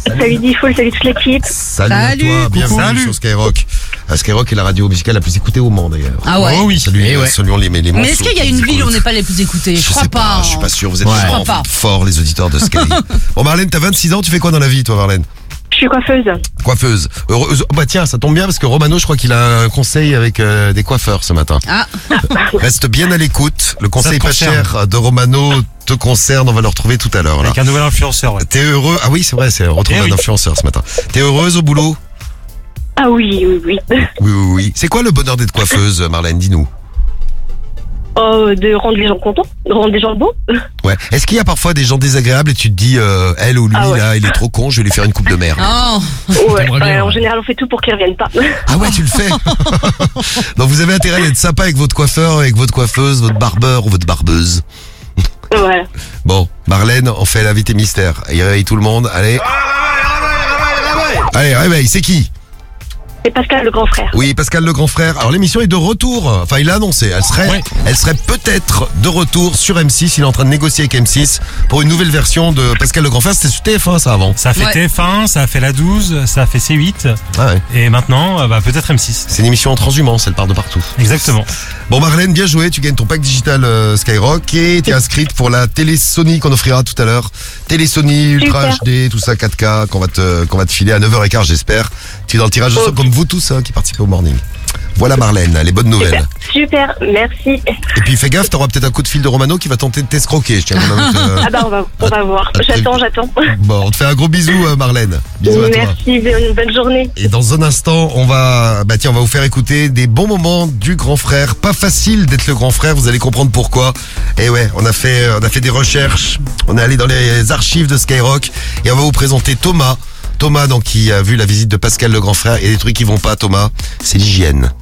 S13: Salut Diffoul, salut toute l'équipe.
S3: Salut, à toi, bienvenue sur Skyrock. Euh, Skyrock est la radio musicale la plus écoutée au monde d'ailleurs.
S5: Ah ouais. Oh oui.
S3: Salut,
S5: Eh ouais.
S3: les, les
S5: Mais
S3: morceaux
S5: est-ce qu'il y a
S3: qui
S5: une
S3: nous
S5: ville où on
S3: écoutent.
S5: n'est pas les plus écoutés Je crois pas. hein.
S3: Je suis pas sûr, vous êtes
S5: Ouais.
S3: vraiment
S5: Je crois pas.
S3: forts les auditeurs de Sky. bon Marlène, t'as 26 ans, tu fais quoi dans la vie toi Marlène
S13: Je suis coiffeuse.
S3: Coiffeuse. Heureuse- oh, bah tiens, ça tombe bien parce que Romano, je crois qu'il a un conseil avec euh, des coiffeurs ce matin.
S5: Ah.
S3: Reste bien à l'écoute. Le conseil
S7: te
S3: pas
S7: concerne.
S3: cher de Romano te concerne. On va le retrouver tout à l'heure. là.
S7: Avec un nouvel influenceur, ouais.
S3: T'es heureux Ah oui, c'est vrai, c'est on retrouve
S7: Eh
S3: un
S7: oui.
S3: influenceur ce matin. T'es heureuse au boulot
S13: Ah oui, oui, oui.
S3: Oui, oui, oui. C'est quoi le bonheur d'être coiffeuse, euh, Marlène Dis-nous.
S13: Oh, de rendre les gens contents, de rendre les gens beaux.
S3: Ouais. Est-ce qu'il y a parfois des gens désagréables et tu te dis, euh, elle ou lui,
S13: Ah ouais.
S3: là, il est trop con, je vais lui faire une coupe de merde
S8: Oh.
S13: Ouais, ouais, en général, on fait tout pour qu'ils reviennent pas.
S3: Ah ouais, tu le fais Donc vous avez intérêt à être sympa avec votre coiffeur, avec votre coiffeuse, votre barbeur ou votre barbeuse.
S13: Voilà.
S3: Bon, Marlène, on fait la vité mystère. Il réveille tout le monde, allez. Allez, réveille, c'est qui
S13: C'est Pascal, le grand frère.
S3: Oui, Pascal le grand frère. Alors l'émission est de retour. Enfin, il l'a annoncé. Elle serait, elle serait peut-être de retour sur M6. Il est en train de négocier avec M6 pour une nouvelle version de Pascal le grand frère. C'était sur TF1 ça avant.
S7: Ça a fait TF1, ça a fait la 12, ça a fait C8. Et maintenant, euh, bah, peut-être M6.
S3: C'est une émission en transhumance, elle part de partout.
S7: Exactement.
S3: Bon Marlène, bien joué, tu gagnes ton pack digital euh, Skyrock et t'es inscrite pour la télé Sony qu'on offrira tout à l'heure. Télé Sony Ultra HD, tout ça 4K qu'on va te qu'on va te filer à 9h15 j'espère. Tu es dans le tirage au sort comme vous tous hein, qui participez au morning. Voilà Marlène, les bonnes nouvelles.
S13: Super, merci.
S3: Et puis fais gaffe, t'auras peut-être un coup de fil de Romano qui va tenter de t'escroquer. Je tiens à vous inviter, euh,
S13: Ah bah, on va, on va voir. J'attends, j'attends.
S3: Bon, on te fait un gros bisou euh, Marlène. Bisous à toi.
S13: Merci, bonne bonne journée.
S3: Et dans un instant, on va, bah tiens, on va vous faire écouter des bons moments du grand frère. Pas facile d'être le grand frère, vous allez comprendre pourquoi. Et ouais, on a fait, on a fait des recherches, on est allé dans les archives de Skyrock et on va vous présenter Thomas. Thomas, donc, qui a vu la visite de Pascal le grand frère et des trucs qui vont pas, Thomas, c'est l'hygiène.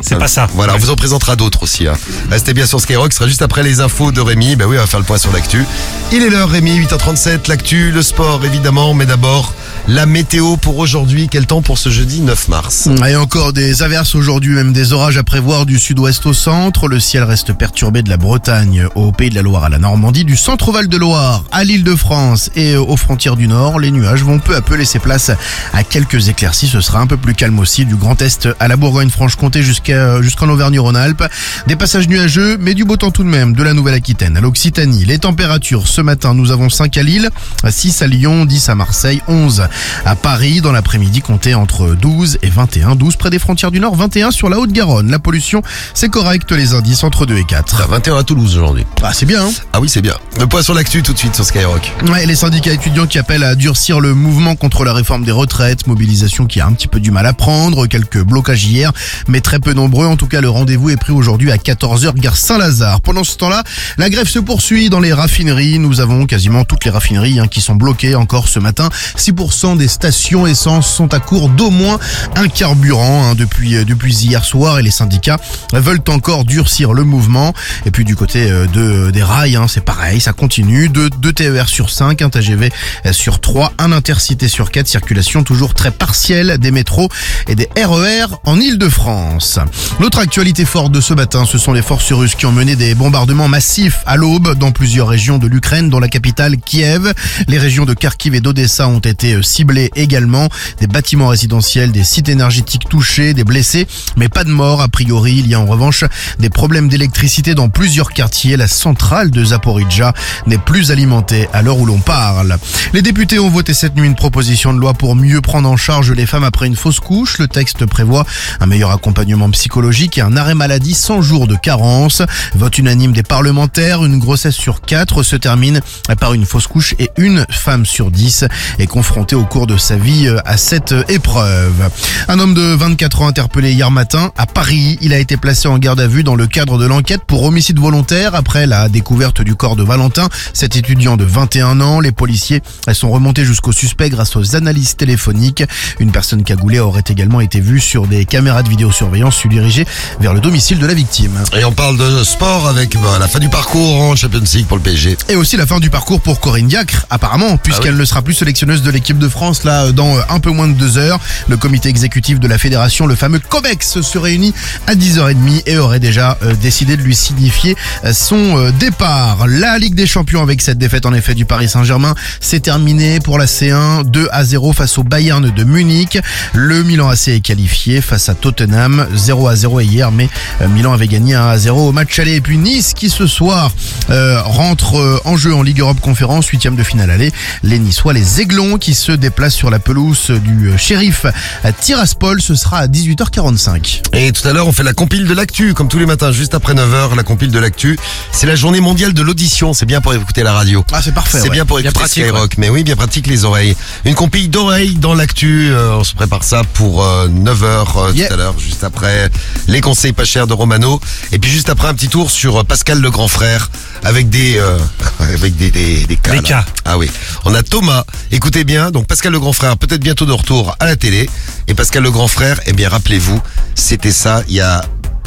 S7: C'est pas ça.
S3: Voilà, on vous en présentera d'autres aussi. hein. Bah, C'était bien sur Skyrock, ce sera juste après les infos de Rémi. Ben oui, on va faire le point sur l'actu. Il est l'heure, Rémi, 8h37, l'actu, le sport évidemment, mais d'abord la météo pour aujourd'hui. Quel temps pour ce jeudi 9 mars
S6: Et encore des averses aujourd'hui, même des orages à prévoir du sud-ouest au centre. Le ciel reste perturbé de la Bretagne au Pays de la Loire à la Normandie, du centre au Val de Loire à l'île de France et euh, aux frontières du Nord. Les nuages vont peu à peu laisser place à quelques éclaircies. Ce sera un peu plus calme aussi du Grand Est à la Bourgogne-Franche-Comté jusqu'à, euh, jusqu'en Auvergne-Rhône-Alpes. Des passages nuageux, mais du beau temps tout de même de la Nouvelle-Aquitaine à l'Occitanie. Les températures ce matin, nous avons 5 à Lille, 6 à Lyon, 10 à Marseille, 11 À Paris, dans l'après-midi, comptez entre 12 et 21. 12 près des frontières du Nord, 21 sur la Haute-Garonne. La pollution, c'est correct, les indices entre 2 et 4.
S3: 21 à Toulouse aujourd'hui.
S6: Ah, c'est bien, hein
S3: Ah oui, c'est bien. Le point sur l'actu tout de suite sur Skyrock.
S6: Ouais, les syndicats étudiants qui appellent à durcir le mouvement contre la réforme des retraites, mobilisation qui a un petit peu du mal à prendre, quelques blocages hier, mais très peu nombreux. En tout cas, le rendez-vous est pris aujourd'hui à 14h, gare Saint-Lazare. Pendant ce temps-là, la grève se poursuit dans les raffineries. Nous avons quasiment toutes les raffineries hein, qui sont bloquées encore ce matin. 6% des stations essence sont à court d'au moins un carburant hein, depuis, euh, depuis hier soir et les syndicats veulent encore durcir le mouvement. Et puis du côté euh, de, des rails, hein, c'est pareil, ça continue. Deux, deux TER sur 5, un TGV euh, sur 3, un intercité sur 4, circulation toujours très partielle des métros et des RER en Ile-de-France. L'autre actualité forte de ce matin, ce sont les forces russes qui ont mené des bombardements massifs à l'aube dans plusieurs régions de l'Ukraine, dont la capitale Kiev. Les régions de Kharkiv et d'Odessa ont été euh, ciblées également. Des bâtiments résidentiels, des sites énergétiques touchés, des blessés, mais pas de morts a priori. Il y a en revanche des problèmes d'électricité dans plusieurs quartiers. La centrale de Zaporizhia n'est plus alimentée à l'heure où l'on parle. Les députés ont voté cette nuit une proposition de loi pour mieux prendre en charge les femmes après une fausse couche. Le texte prévoit un meilleur accompagnement psychologique et un arrêt maladie sans jours de carence. Vote unanime des parlementaires, une grossesse sur quatre se termine par une fausse couche et une femme sur dix est confrontée au cours de sa vie euh, à cette épreuve. Un homme de 24 ans interpellé hier matin à Paris, il a été placé en garde à vue dans le cadre de l'enquête pour homicide volontaire après la découverte du corps de Valentin, cet étudiant de 21 ans. Les policiers sont remontés jusqu'au suspect grâce aux analyses téléphoniques. Une personne cagoulée aurait également été vue sur des caméras de vidéosurveillance se diriger vers le domicile de la victime.
S3: Et on parle de sport avec bah, la fin du parcours en Champions League pour le PSG.
S6: Et aussi la fin du parcours pour Corinne Diacre, apparemment, puisqu'elle ne sera plus sélectionneuse de l'équipe de France là euh, dans euh, un peu moins de deux heures. Le comité exécutif de la fédération, le fameux COVEX, se réunit à 10h30 et aurait déjà euh, décidé de lui signifier euh, son euh, départ. La Ligue des Champions avec cette défaite en effet du Paris Saint-Germain, c'est terminé pour la C1, 2 à 0 face au Bayern de Munich. Le Milan AC est qualifié face à Tottenham, 0 à 0 hier, mais euh, Milan avait gagné 1 à 0 au match aller. Et puis Nice qui ce soir euh, rentre euh, en jeu en Ligue Europe Conférence, huitième de finale aller. Les Niçois, les Aiglons qui se déplacent sur la pelouse du euh, shérif à Tiraspol, ce sera à 18h45.
S3: Et tout à l'heure, on fait la compile de l'actu, comme tous les matins, juste après 9h, la compile de l'actu. C'est la journée mondiale de l'audition, c'est bien pour écouter la radio.
S6: Ah c'est parfait.
S3: C'est
S6: ouais.
S3: bien pour écouter Skyrock, mais oui, bien pratique les oreilles. Une compile d'oreilles dans l'actu, euh, on se prépare ça pour euh, 9h tout à l'heure, juste après les conseils pas chers de Romano. Et puis juste après un petit tour sur euh, Pascal le grand frère, avec des, euh, avec des, des, des cas.
S7: Des
S3: là.
S7: cas.
S3: Ah oui. On a Thomas, écoutez bien, donc Pascal le grand frère, peut-être bientôt de retour à la télé. Et Pascal le grand frère, eh bien rappelez-vous, c'était ça, il y a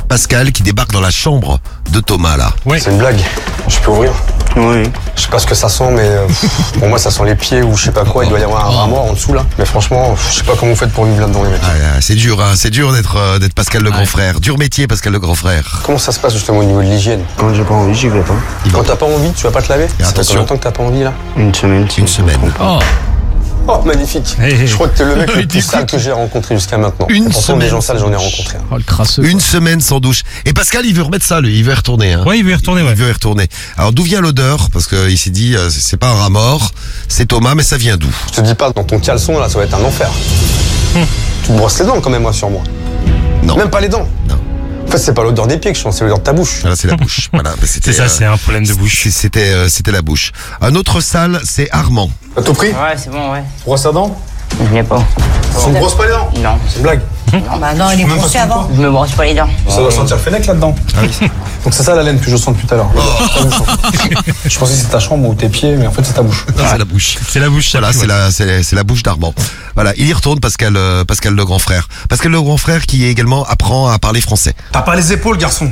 S3: Pascal qui débarque dans la chambre de Thomas là.
S17: C'est une blague. Je peux ouvrir Oui. Je sais pas ce que ça sent, mais euh, pff, pour moi, ça sent les pieds ou je sais pas quoi. Il doit y avoir un rat mort en dessous là. Mais franchement, pff, je sais pas comment vous faites pour vivre là-dedans, les mecs.
S3: Ah, c'est dur, hein, c'est dur d'être euh, d'être Pascal le grand frère. Dur métier, Pascal le grand frère.
S17: Comment ça se passe justement au niveau de l'hygiène Quand j'ai pas envie, j'y vais pas. Quand t'as pas envie, tu vas pas te laver Ça fait
S3: attention.
S17: combien de temps que t'as pas envie là
S3: Une semaine. Une semaine.
S17: Oh. magnifique.
S3: Eh,
S17: Je crois que t'es le mec le plus sale que j'ai rencontré jusqu'à maintenant.
S3: Une
S17: Et pourtant, des
S3: semaine.
S17: gens sales, j'en ai rencontré.
S3: Oh, le Une semaine sans douche. Et Pascal, il veut remettre ça, lui. Il veut y retourner. Hein.
S7: Ouais, il veut y retourner,
S3: Il veut y retourner. Alors, d'où vient l'odeur Parce qu'il s'est dit, euh, c'est- c'est pas un rat mort, c'est Thomas, mais ça vient d'où
S17: Je te dis pas, dans ton caleçon là, ça va être un enfer. Tu te brosses les dents quand même, moi, sur moi.
S3: Hmm. Non. Ah,
S17: Même pas les dents. En fait, c'est pas l'odeur des pieds que je sens, c'est l'odeur de ta bouche.
S3: Là, c'est la bouche. Voilà, bah, c'était,
S17: C'est ça, c'est
S7: un problème de
S3: bouche. C'était, euh, c'était la bouche. Un autre sale, c'est Armand.
S17: À tout prix
S18: Ouais, c'est bon, ouais.
S17: Brosse à dents
S18: Je l'ai pas.
S17: Tu me brosses pas les dents
S18: Non.
S17: C'est une blague.
S18: Non, bah non,
S17: il est Même pas brossé sur le avant.
S18: Je me brosse pas les dents.
S17: Ça doit sentir le fennec là-dedans.
S3: Ah
S17: Donc c'est ça la laine que je sens depuis tout à l'heure.
S3: Oh.
S17: hein. je pensais que c'était ta chambre ou tes pieds, mais en fait c'est ta bouche.
S3: Non, c'est la bouche.
S7: C'est la bouche.
S3: Voilà, c'est la, c'est, c'est la bouche d'Armand. Voilà, il y retourne, Pascal, euh, Pascal le grand frère. Pascal le grand frère qui également apprend à parler français.
S17: T'as pas les épaules, garçon.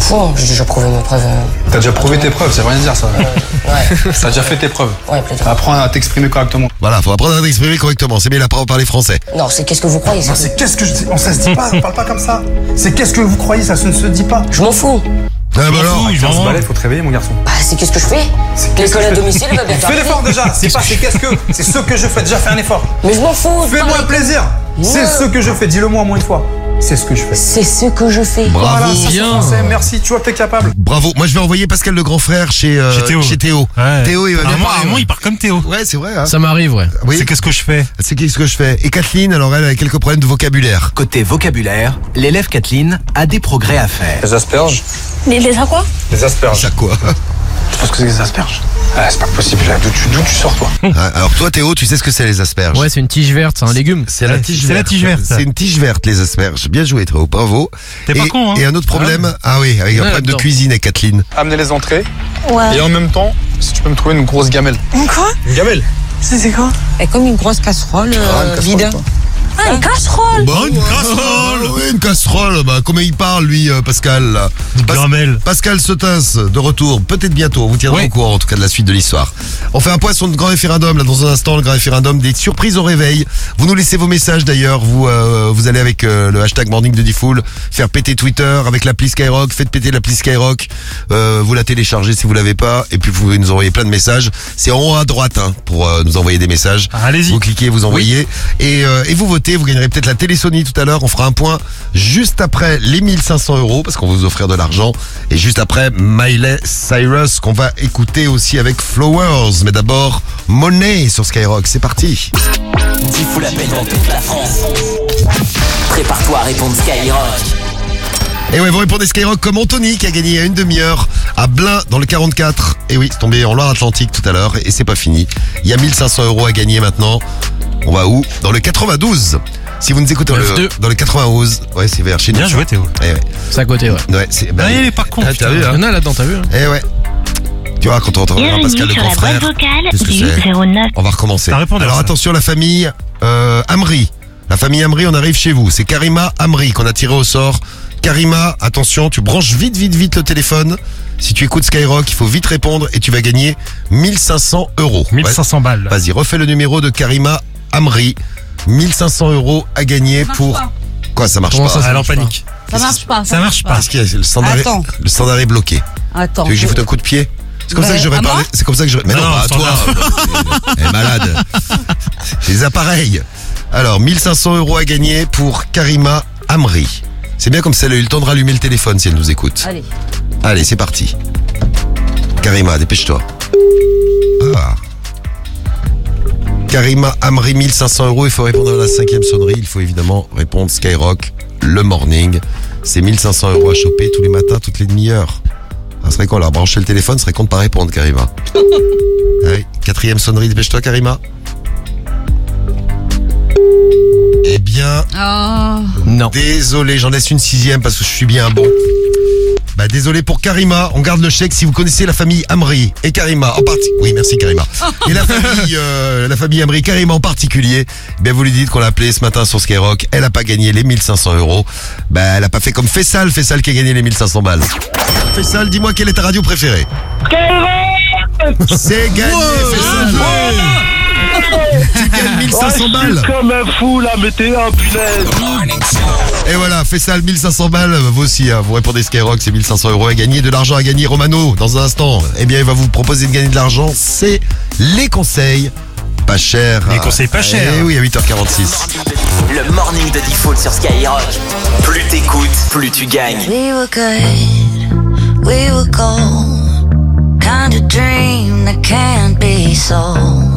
S18: Fou, j'ai déjà prouvé mes preuves. euh.
S17: T'as déjà prouvé tes preuves, ça veut rien dire ça. T'as déjà fait tes preuves.
S18: Ouais, peut-être.
S17: Apprends à t'exprimer correctement.
S3: Voilà, faut apprendre à t'exprimer correctement. C'est bien, il apprend à parler français.
S18: Non, c'est qu'est-ce que vous croyez ça
S17: Non, c'est qu'est-ce que je dis On ça se dit pas, on parle pas comme ça. C'est qu'est-ce que vous croyez, ça ne se dit pas.
S18: Je m'en fous.
S3: Ah bah
S17: alors, il se balai, faut te réveiller mon garçon.
S18: Bah, c'est qu'est-ce que je fais
S17: Qu'est-ce que
S18: L'école
S17: je
S18: à
S17: fais
S18: domicile, va bien
S17: Fais l'effort déjà, c'est pas c'est qu'est-ce que, c'est ce que je fais, déjà fais un effort.
S18: Mais je m'en fous.
S17: Fais-moi un plaisir, c'est
S18: Ouais.
S17: ce que je fais, dis-le moi au moins une fois.
S19: C'est ce que je fais.
S8: C'est ce que je fais.
S19: Voilà, ça, c'est français, merci, tu vois, t'es capable.
S3: Bravo. Moi, je vais envoyer Pascal le grand frère chez, euh,
S20: Chez Théo. Ouais.
S3: Théo, il va bien
S20: Armand-
S3: parler,
S20: Armand,
S3: ouais.
S20: il part comme Théo.
S3: Ouais, c'est vrai.
S6: Ça m'arrive, ouais.
S3: C'est
S20: qu'est-ce que je fais
S3: C'est qu'est-ce que je fais Et Kathleen, alors elle a quelques problèmes de vocabulaire.
S1: Côté vocabulaire, l'élève Kathleen a des progrès à faire.
S21: Les asperges
S13: Mais les quoi
S21: Les asperges.
S3: Ça quoi
S21: Je pense que c'est des asperges. Ah, c'est pas possible, là. D'où tu, d'où tu sors, toi
S3: Ah, Alors toi, Théo, tu sais ce que c'est les asperges
S6: Ouais, c'est une tige verte, c'est un légume.
S3: C'est la tige verte. C'est une tige verte, les asperges. Bien joué, Théo. Bravo.
S20: T'es pas
S3: Et-
S20: con, hein.
S3: Et un autre problème. Ah oui, avec un
S20: Ouais,
S3: problème de
S20: j'adore.
S3: cuisine avec Kathleen.
S17: Amener les entrées.
S8: Ouais.
S17: Et en même temps, si tu peux me trouver une grosse gamelle.
S8: Quoi
S17: Une gamelle
S8: C'est quoi Et comme une grosse casserole
S17: Ah, une
S8: euh,
S17: casserole,
S8: vide.
S17: quoi.
S8: Ah, une casserole
S3: Bonne casserole Oui, bah, une casserole bah, Comment il parle, lui, euh, Pascal là Pas- Pascal Sotins, de retour, peut-être bientôt. On vous tiendra au courant, en tout cas, de la suite de l'histoire. On fait un point sur le grand référendum, là, dans un instant, le grand référendum des surprises au réveil. Vous nous laissez vos messages, d'ailleurs. Vous euh, vous allez avec euh, le hashtag Morning de Diffoul, faire péter Twitter avec l'appli Skyrock, faites péter l'appli Skyrock. Euh, vous la téléchargez si vous l'avez pas, et puis vous pouvez nous envoyer plein de messages. C'est en haut à droite, hein, pour euh, nous envoyer des messages.
S20: Allez-y.
S3: Vous cliquez, vous envoyez et, euh, et vous votez. Vous gagnerez peut-être la télésony tout à l'heure. On fera un point juste après les 1500 euros parce qu'on va vous offrir de l'argent. Et juste après Miley Cyrus qu'on va écouter aussi avec Flowers. Mais d'abord Monet sur Skyrock. C'est parti.
S1: Diffoul appelle dans toute la France. Prépare-toi à répondre Skyrock.
S3: Et ouais, vous répondez Skyrock comme Anthony qui a gagné il y a une demi-heure à Blain dans le 44. Et oui, c'est tombé en Loire-Atlantique tout à l'heure et c'est pas fini. Il y a 1500 euros à gagner maintenant. On va où Dans le 92. Si vous nous écoutez dans le,
S6: 9-2.
S3: dans le 91, ouais, c'est vers chez nous.
S20: Bien joué, Théo.
S3: Eh ouais.
S6: C'est à côté, ouais.
S3: Ouais, c'est. bah,
S20: Ah, il est pas con.
S3: Ah, t'as
S20: putain.
S3: vu,
S6: Il y
S3: hein
S6: en a là-dedans, t'as vu hein
S3: Eh ouais. Tu vois, quand on entendra
S22: Bienvenue
S3: Pascal le
S22: sur
S3: grand
S22: la
S3: frère.
S22: boîte vocale
S3: qu'est-ce que
S22: du
S3: c'est
S22: 09.
S3: On va recommencer.
S20: T'as répondu à
S3: Alors
S20: ça.
S3: attention, la famille euh, Amri. La famille Amri, on arrive chez vous. C'est Karima Amri qu'on a tiré au sort. Karima, attention, tu branches vite, vite, vite le téléphone. Si tu écoutes Skyrock, il faut vite répondre et tu vas gagner 1500 euros. Ouais.
S20: 1500 balles.
S3: Vas-y, refais le numéro de Karima Amri. 1500 euros à gagner
S5: marche
S3: pour...
S5: pas.
S3: Quoi, ça marche
S6: Comment
S3: pas Ah,
S6: ça, ça
S20: Elle est en
S6: marche
S20: panique.
S5: Ça marche pas.
S20: Ça marche pas.
S3: Parce que le standard, est,
S5: Attends.
S3: le standard est bloqué.
S5: Attends.
S3: Tu veux que j'y foute un coup de pied C'est comme ça que
S5: Bah,
S3: j'aurais
S5: à moi
S3: parlé. C'est comme ça que j'aurais. Mais non,
S20: Non,
S3: pas à toi. Elle est malade. Les appareils. Alors, 1500 euros à gagner pour Karima Amri. C'est bien comme ça, elle a eu le temps de rallumer le téléphone si elle nous écoute.
S5: Allez.
S3: Allez, c'est parti. Karima, dépêche-toi. Ah. Karima Amri, 1500 euros. Il faut répondre à la cinquième sonnerie. Il faut évidemment répondre Skyrock le morning. C'est 1500 euros à choper tous les matins, toutes les demi-heures. Ça serait con, leur brancher le téléphone, ce serait con de pas répondre, Karima. Allez, Ah quatrième sonnerie, dépêche-toi, Karima. Eh bien,
S5: Oh.
S6: Non.
S3: Désolé, j'en laisse une sixième parce que je suis bien bon. Bah désolé pour Karima, on garde le chèque si vous connaissez la famille Amri et Karima en partie. Oui, merci Karima. Et la famille, euh, la famille Amri, Karima en particulier. Ben vous lui dites qu'on l'a appelée ce matin sur Skyrock. Elle a pas gagné les 1500 euros. Bah elle a pas fait comme Fessal, Fessal qui a gagné les 1500 balles. Fessal, dis-moi quelle est ta radio préférée C'est gagné, Fessal. Tu gagnes 1500 balles.
S23: comme un fou là, mais t'es un punaise.
S3: Et voilà, fais ça, 1500 balles, vous aussi, hein, vous répondez Skyrock, c'est 1500 euros à gagner, de l'argent à gagner, Romano, dans un instant. Eh bien, il va vous proposer de gagner de l'argent, c'est les conseils pas chers.
S20: Les conseils pas chers.
S3: Eh oui, à 8h46.
S1: Le morning de Diffoul sur Skyrock. Plus t'écoutes, plus tu gagnes.
S4: We were good, we were gold. Kind of dream that can't be sold.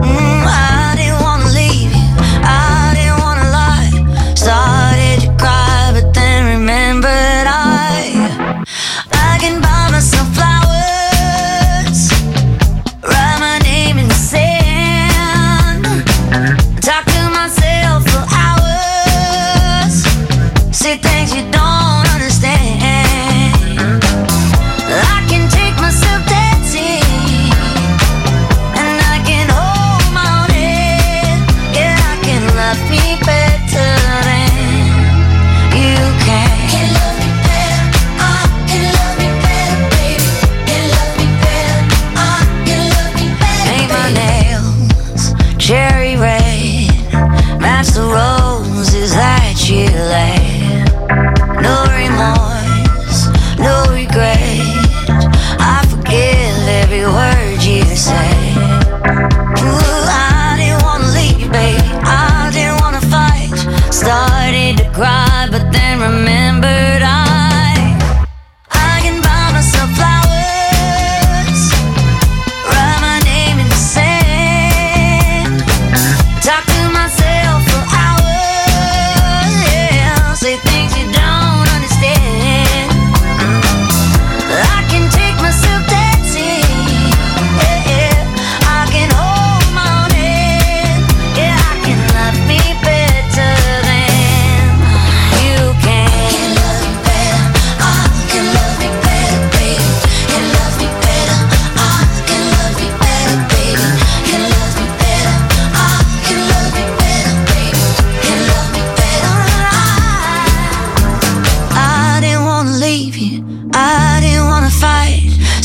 S4: Mm, I didn't wanna leave you, I didn't wanna lie. Started to cry, but then remembered I. I can buy myself flowers. Write my name in the sand. Talk to myself for hours. Say things you don't understand. I can take myself dancing.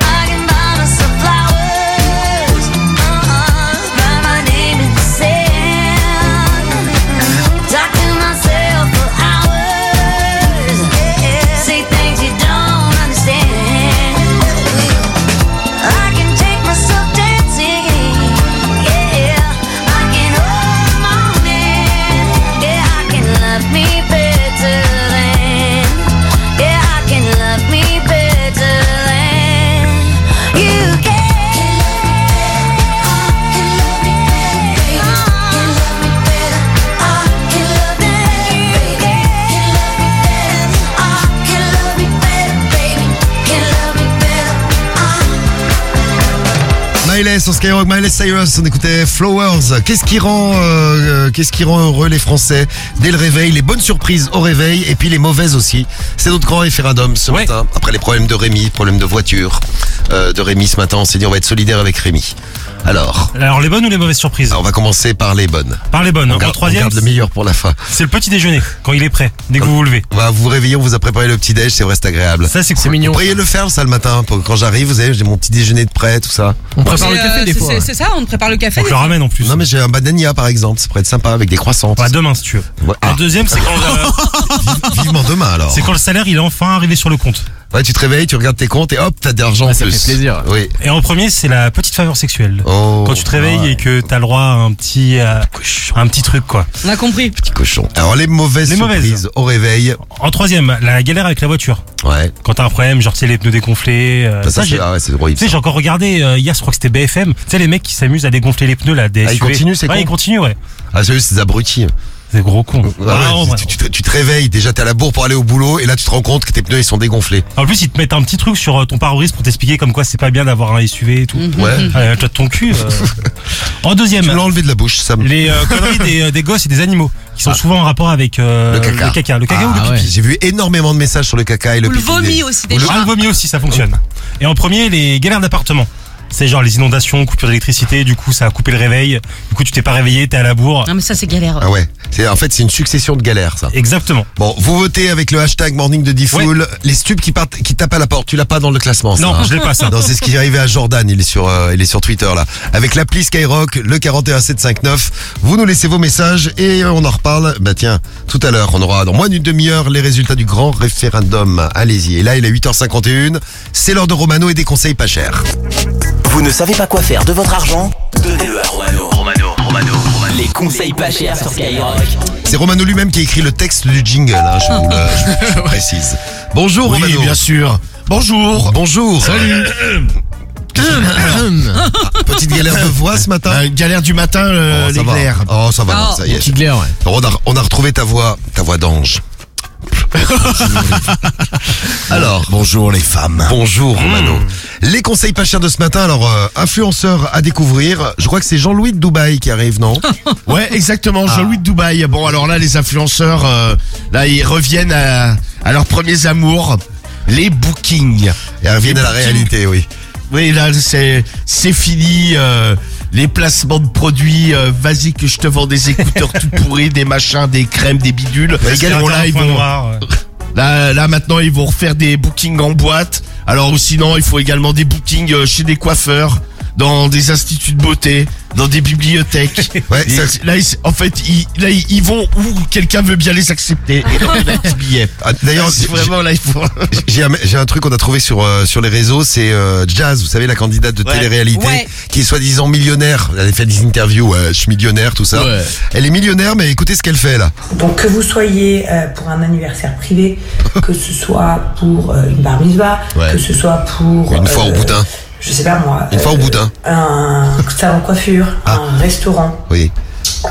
S4: I can buy myself flowers. Uh-uh, write my name in the sand. Talk to myself for hours. Yeah, say things you don't understand. I can take myself dancing, yeah. I can hold my own hand, yeah. I can love me better than, yeah. I can love me better than you can. I can love me better. I can love me better. I can love me better. I can love me better, baby. Can love me better.
S3: Miley sur Skyrock, Miley Cyrus, on écoutait Flowers. Qu'est-ce qui rend, euh, euh, qu'est-ce qui rend heureux les Français dès le réveil Les bonnes surprises au réveil et puis les mauvaises aussi. C'est notre grand référendum ce matin. Après les problèmes de Rémi, problèmes de voiture euh, de Rémi ce matin, on s'est dit on va être solidaire avec Rémi. Alors,
S7: Alors les bonnes ou les mauvaises surprises
S3: on va commencer par les bonnes.
S7: Par les bonnes.
S3: On
S7: hein.
S3: garde,
S7: en
S3: on
S7: troisième,
S3: garde le meilleur pour la fin.
S7: c'est le petit déjeuner quand il est prêt, dès que vous vous levez.
S3: On va Bah, vous réveiller, on vous a préparé le petit déj, c'est vrai, c'est agréable.
S7: Ça c'est cool.
S3: mignon. Vous pourriez le faire ça le matin pour- quand j'arrive, vous avez j'ai mon petit déjeuner de prêt, tout ça.
S24: On prépare
S5: Mais, euh, c'est- C'est c'est ça, on te prépare le café. des-
S7: ramène en plus.
S3: Non mais j'ai un banania par exemple, ça pourrait être sympa avec des croissants.
S7: Bah, demain si tu veux.
S3: Ouais,
S7: La
S3: ah,
S7: deuxième, c'est quand, euh,
S3: vivement demain alors.
S7: c'est quand le salaire il est enfin arrivé sur le compte.
S3: Ouais, tu te réveilles, tu regardes tes comptes et hop, t'as de l'argent en plus. Ça fait plaisir. Oui.
S7: Et en premier, c'est la petite faveur sexuelle.
S3: Oh.
S7: quand tu te réveilles et que t'as le droit à un petit, euh, un petit truc quoi.
S5: On a compris.
S3: Petit cochon. Alors les mauvaises
S7: Les mauvaises.
S3: surprises au réveil.
S7: En troisième, la galère avec la voiture.
S3: Ouais.
S7: Quand t'as un problème, genre tu sais les pneus dégonflés. euh,
S3: Bah, ça,
S7: j'ai-
S3: c'est ah ouais, c'est drôle.
S7: Tu sais, j'ai encore regardé euh, hier, je crois que c'était BFM. Tu sais, les mecs qui s'amusent à dégonfler les pneus là. Des
S3: Ah, ils
S7: SUV.
S3: continuent, c'est
S7: Ouais,
S3: con.
S7: ils continuent, ouais.
S3: Ah, c'est eux, c'est des abrutis.
S7: C'est gros con. Ah, ouais.
S3: tu, tu te- tu te réveilles, déjà t'es à la bourre pour aller au boulot et là tu te rends compte que tes pneus ils sont dégonflés.
S7: En plus, ils te mettent un petit truc sur euh, ton pare-brise pour t'expliquer comme quoi c'est pas bien d'avoir un SUV et tout.
S3: Ouais.
S7: Euh, toi, de ton cul. euh. en deuxième. Tu l'as
S3: enlevé de la bouche, Sam. Ah.
S7: Les euh, conneries des, euh, des gosses et des animaux qui sont souvent en rapport avec euh,
S3: Le caca. Ah
S7: Le caca, Le caca ou le pipi.
S3: J'ai vu énormément de messages sur le caca et le pipi.
S7: Ou le- Ah, le vomi aussi, ça fonctionne. Et en premier, les galères d'appartement. C'est genre les inondations, coupure d'électricité, du coup ça a coupé le réveil, du coup tu t'es pas réveillé, t'es à la bourre.
S5: Non mais ça c'est galère.
S3: Ah ouais. C'est en fait c'est une succession de galères ça.
S7: Exactement.
S3: Bon, vous votez avec le hashtag Morning de Diffoul. Les stupes qui partent, qui tapent à la porte, tu l'as pas dans le classement. ça,
S7: Non,
S3: hein
S7: je l'ai pas, ça.
S3: Non, c'est ce qui est arrivé à Jordan. Il est sur, euh, il est sur Twitter là. Avec l'appli Skyrock, le 41759. Vous nous laissez vos messages et euh, on en reparle. Bah tiens, tout à l'heure, on aura dans moins d'une demi-heure les résultats du grand référendum. Allez-y. Et là, il est 8h51. C'est l'heure de Romano et des conseils pas chers.
S1: Vous ne savez pas quoi faire de votre argent Donnez-le à Romano. Romano, Romano, Romano. Les conseils pas chers sur Skyrock.
S3: C'est Romano lui-même qui a écrit le texte du jingle. hein, je vous le je vous le précise. Bonjour
S2: Oui,
S3: Romano.
S2: bien sûr. Bonjour.
S3: Bonjour.
S2: Salut.
S5: Hum.
S3: Ah, Petite galère de voix ce matin.
S2: Euh, galère du matin, euh,
S3: Oh, ça
S2: les
S3: va.
S2: glaires.
S3: Oh, ça va, non,
S2: Oh.
S3: ça y est.
S2: Petit glaire, ouais.
S3: On a, on a retrouvé ta voix, ta voix d'ange. alors. Bonjour les femmes.
S2: Hmm.
S3: Bonjour Romano. Les conseils pas chers de ce matin, alors euh, influenceur à découvrir, je crois que c'est Jean-Louis de Dubaï qui arrive, non
S2: Ouais, exactement.
S3: Ah.
S2: Jean-Louis de Dubaï. Bon, alors là, les influenceurs, euh, là, ils reviennent à, à leurs premiers amours, les bookings.
S3: Et reviennent
S2: Les
S3: à la
S2: bookings.
S3: réalité, oui.
S2: Oui, là, c'est c'est fini. euh, les placements de produits, euh, vas-y que je te vends des écouteurs tout pourris, des machins, des crèmes, des bidules.
S7: Ouais,
S2: Bon,
S7: Galatin,
S2: là, ils
S7: point
S2: vont-
S7: noir, ouais.
S2: Là, là maintenant, ils vont refaire des bookings en boîte. Alors, ou sinon, il faut également des bookings euh, chez des coiffeurs, dans des instituts de beauté, dans des bibliothèques.
S3: Ouais,
S2: Et
S3: ça-
S2: Là, ils- en fait, ils, là, ils ils vont où quelqu'un veut bien les accepter. Et donc, ils mettent des billets.
S3: Ah, D'ailleurs,
S2: C'est
S3: j'ai-
S2: vraiment là, il faut.
S3: j'ai un, j'ai un truc qu'on a trouvé sur euh, sur les réseaux, c'est euh, Jazz, vous savez la candidate de
S2: Ouais.
S3: télé-réalité
S2: Ouais.
S3: qui est soi-disant millionnaire. Elle a fait des interviews, ouais, je suis millionnaire, tout ça. Elle est millionnaire, mais écoutez ce qu'elle fait là.
S8: Donc que vous soyez euh, pour un anniversaire privé, que ce soit pour euh, une bar mitzvah,
S3: Ouais.
S8: que ce soit pour
S3: Une fois
S8: euh,
S3: au boudin.
S8: Je sais pas moi.
S3: Une fois au
S8: euh,
S3: boudin.
S8: Un salon de coiffure, un restaurant,
S3: Oui.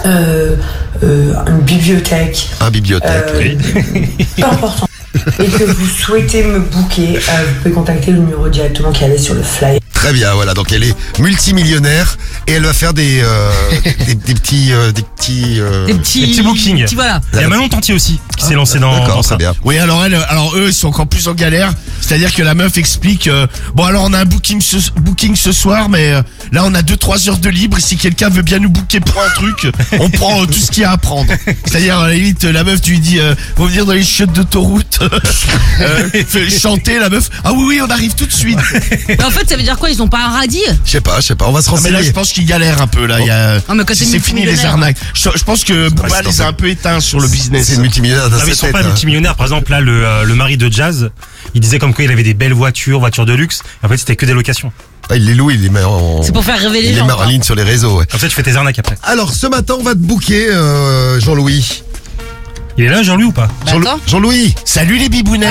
S8: euh, euh, une bibliothèque. euh,
S3: Un bibliothèque.
S8: Peu importe. Et que vous souhaitez me booker, euh, vous pouvez contacter le numéro directement qui allait sur le flyer.
S3: Très bien, voilà. Donc elle est multimillionnaire et elle va faire des euh, des, des petits euh, des petits euh,
S7: Des petits- Des petits bookings. petits, voilà. Il y a Manon Tantier aussi qui s'est lancée dans-
S3: Ah, D'accord,
S7: dans
S3: très
S7: ça.
S3: bien.
S2: Oui, alors elle, alors eux, ils sont encore plus en galère. C'est-à-dire que la meuf explique, euh, bon alors on a un booking ce, booking ce soir, mais euh, Là, on a 2-3 heures de libre. Et si quelqu'un veut bien nous booker pour un truc, on prend euh, tout ce qu'il y a à prendre. C'est-à-dire, à la limite, euh, la meuf, tu lui dis, euh, faut venir dans les chiottes d'autoroute, euh, fais chanter, la meuf. Ah oui, oui, on arrive tout de suite.
S5: Mais en fait, ça veut dire quoi Ils ont pas un radis
S3: Je sais pas, je sais pas, on va se
S2: Ah, mais
S3: renseigner.
S2: là, je pense qu'il galère un peu. Là, il y a.
S5: Ah, mais quand c'est
S2: c'est fini les
S5: multimillionnaire.
S2: arnaques. Je, je pense
S3: Ah,
S2: que Booba
S7: c'est
S2: les a un peu éteints sur le business.
S3: C'est multimillionnaire dans
S7: Ah, mais
S3: sa
S7: ils sont
S3: tête,
S7: pas
S3: hein.
S7: multimillionnaires. Par exemple, là, le, euh, le mari de Jazz, il disait comme quoi il avait des belles voitures, voitures de luxe. En fait, c'était que des locations.
S3: Ah, il les loue, il les met en.
S7: C'est pour faire rêver les
S3: Il les
S7: gens,
S3: met en
S7: quoi.
S3: ligne sur les réseaux, ouais.
S7: En fait, tu fais tes arnaques après.
S3: Alors, ce matin, on va te booker, euh, Jean-Louis.
S7: Il est là, Jean-Louis, ou pas
S3: Jean-Lou- Jean-Louis
S2: Salut les bibounets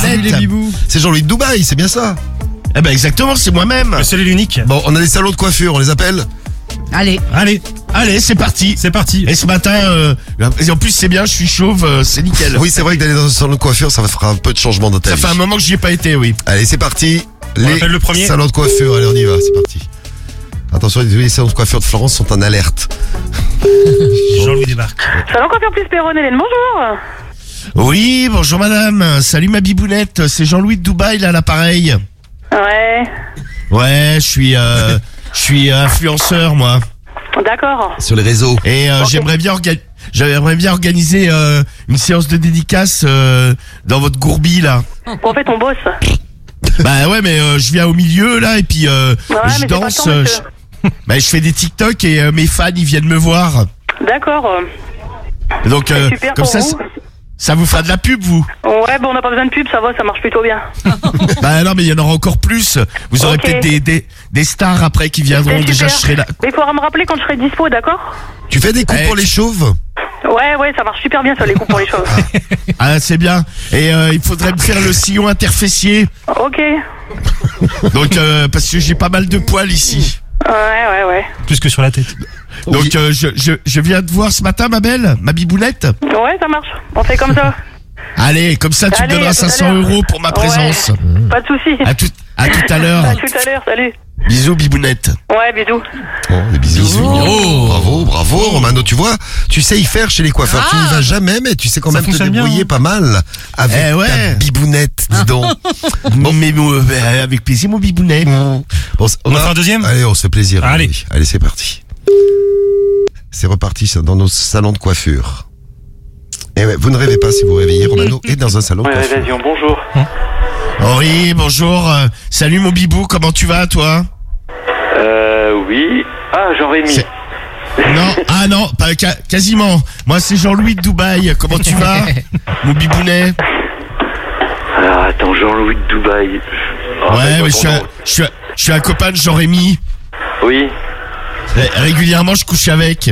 S3: Salut les bibous C'est Jean-Louis de Dubaï, c'est bien ça
S2: Eh ben exactement, c'est moi-même
S7: Le seul et l'unique
S3: Bon, on a des salons de coiffure, on les appelle
S5: Allez.
S7: Allez,
S2: allez, c'est parti.
S7: C'est parti.
S2: Et ce matin, euh, et en plus c'est bien, je suis chauve, euh, c'est nickel.
S3: Oui, c'est vrai que d'aller dans un salon de coiffure, ça fera un peu de changement dans ta
S2: Ça
S3: vie.
S2: fait un moment que j'y ai pas été, oui.
S3: Allez, c'est parti.
S2: On appelle le premier
S3: salons de coiffure, allez, on y va, c'est parti. Attention, les salons de coiffure de Florence sont en alerte.
S7: Jean-Louis débarque.
S8: Salon Coiffure Plus Perron, Hélène, bonjour
S2: Oui, bonjour madame. Salut ma bibounette, c'est Jean-Louis de Dubaï là à l'appareil.
S8: Ouais,
S2: Ouais, je suis euh, je suis influenceur moi
S8: d'accord.
S3: sur les réseaux.
S2: Et euh, j'aimerais bien orga- j'aimerais bien organiser euh, une séance de dédicace euh, dans votre gourbi là.
S8: En fait, on bosse.
S2: Bah ouais, mais euh, je viens au milieu là et puis euh,
S8: Ouais, mais
S2: je
S8: j'ai pas le
S2: danse.
S8: temps,
S2: euh,
S8: monsieur.
S2: je- bah, je fais des TikTok et euh, mes fans ils viennent me voir.
S8: D'accord. euh,
S2: Donc euh,
S8: C'est super
S2: comme
S8: pour
S2: ça,
S8: vous.
S2: ça- ça vous fera de la pub vous.
S8: Ouais, bon, on n'a pas besoin de pub, ça va, ça marche plutôt bien.
S2: bah non, mais il y en aura encore plus. Vous aurez
S8: Ok.
S2: peut-être des, des des stars après qui
S3: Ah,
S2: viendront.
S8: C'est
S2: Déjà,
S8: super.
S2: je serai là. Eh,
S8: Mais il faudra me rappeler quand je serai dispo, d'accord
S3: Tu fais des coups pour les chauves
S8: Ouais, ouais, ça marche super bien, ça, les coups pour les choses.
S2: Ah c'est bien. Et euh, il faudrait me faire le sillon interfessier.
S8: Ok. Ouais,
S2: Donc euh, parce que j'ai pas mal de poils ici.
S8: ouais, ouais.
S7: Plus que sur la tête.
S2: Donc euh, je, je, je viens te voir ce matin ma belle, ma biboulette.
S8: Ouais, ça marche. On fait comme ça.
S2: Allez, comme ça tu
S8: Allez, à
S2: me donneras
S8: tout à
S2: 500
S8: l'heure.
S2: euros pour ma
S8: Ouais.
S2: présence.
S8: Pas de soucis.
S2: À tout à tout à l'heure.
S8: À tout à l'heure, salut.
S2: Bisous bibounette.
S8: Ouais, bisous.
S3: Bon, des Oh, bisous. Bravo, bravo, Romano, tu vois, tu sais y faire chez les coiffeurs. Tu n'y vas jamais, mais tu sais quand même te
S2: Ah. fonctionne bien,
S3: débrouiller pas mal avec
S2: Eh ouais.
S3: ta bibounette, dis donc.
S2: Bon, mais bon, euh, avec plaisir mon bibounet.
S3: Bon,
S7: On en fait un deuxième
S3: Allez, on se fait plaisir.
S7: Allez.
S3: Allez, allez c'est parti. C'est reparti ça, dans nos salons de coiffure. Et ouais, vous ne rêvez pas si vous réveillez Romano est dans un salon de coiffure.
S2: bonjour. Oui, Hein bonjour. euh, Salut mon bibou, comment tu vas toi
S11: Euh, oui. Ah, Jean-Rémy.
S2: Non, ah non, pas ca- quasiment. Moi c'est Jean-Louis de Dubaï. Comment tu vas Mon bibounet.
S11: Ah, attends, Jean-Louis de Dubaï. Ah,
S2: ouais,
S11: bah,
S2: mais je suis,
S11: ton
S2: un,
S11: nom.
S2: je, suis un, je suis un copain de Jean-Rémy.
S11: Oui.
S2: Ré- Régulièrement, je couche avec.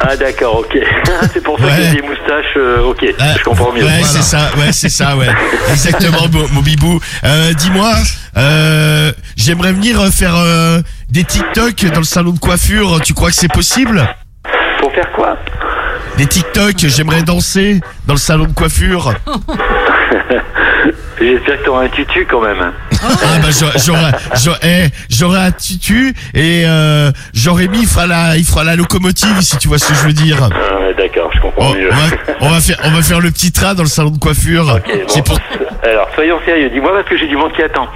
S11: Ah, d'accord, ok. c'est pour ça
S2: Ouais. Ah,
S11: qu'il y a des moustaches. euh, ok, je comprends mieux.
S2: Ouais,
S11: Voilà.
S2: c'est ça, ouais, c'est ça, ouais. Exactement, mon, mon bibou. Euh, Dis-moi, euh, j'aimerais venir euh, faire euh, des TikTok dans le salon de coiffure. Tu crois que c'est possible
S11: Pour faire quoi
S2: Des TikTok, j'aimerais danser dans le salon de coiffure.
S11: J'espère que t'auras un tutu quand même.
S2: Ah bah j'aurais- j'aurais j'aurais- eh, j'aurais un tutu et euh, j'aurais mis il fera la il fera la locomotive si tu vois ce que je veux dire.
S11: Ah, ouais, d'accord, je comprends
S2: On,
S11: mieux.
S2: Oh, on va, on va faire on va faire le petit train dans le salon de coiffure.
S11: Ok, bon.
S2: C'est pour
S11: Alors, soyons sérieux. Dis-moi parce que j'ai du monde qui attend.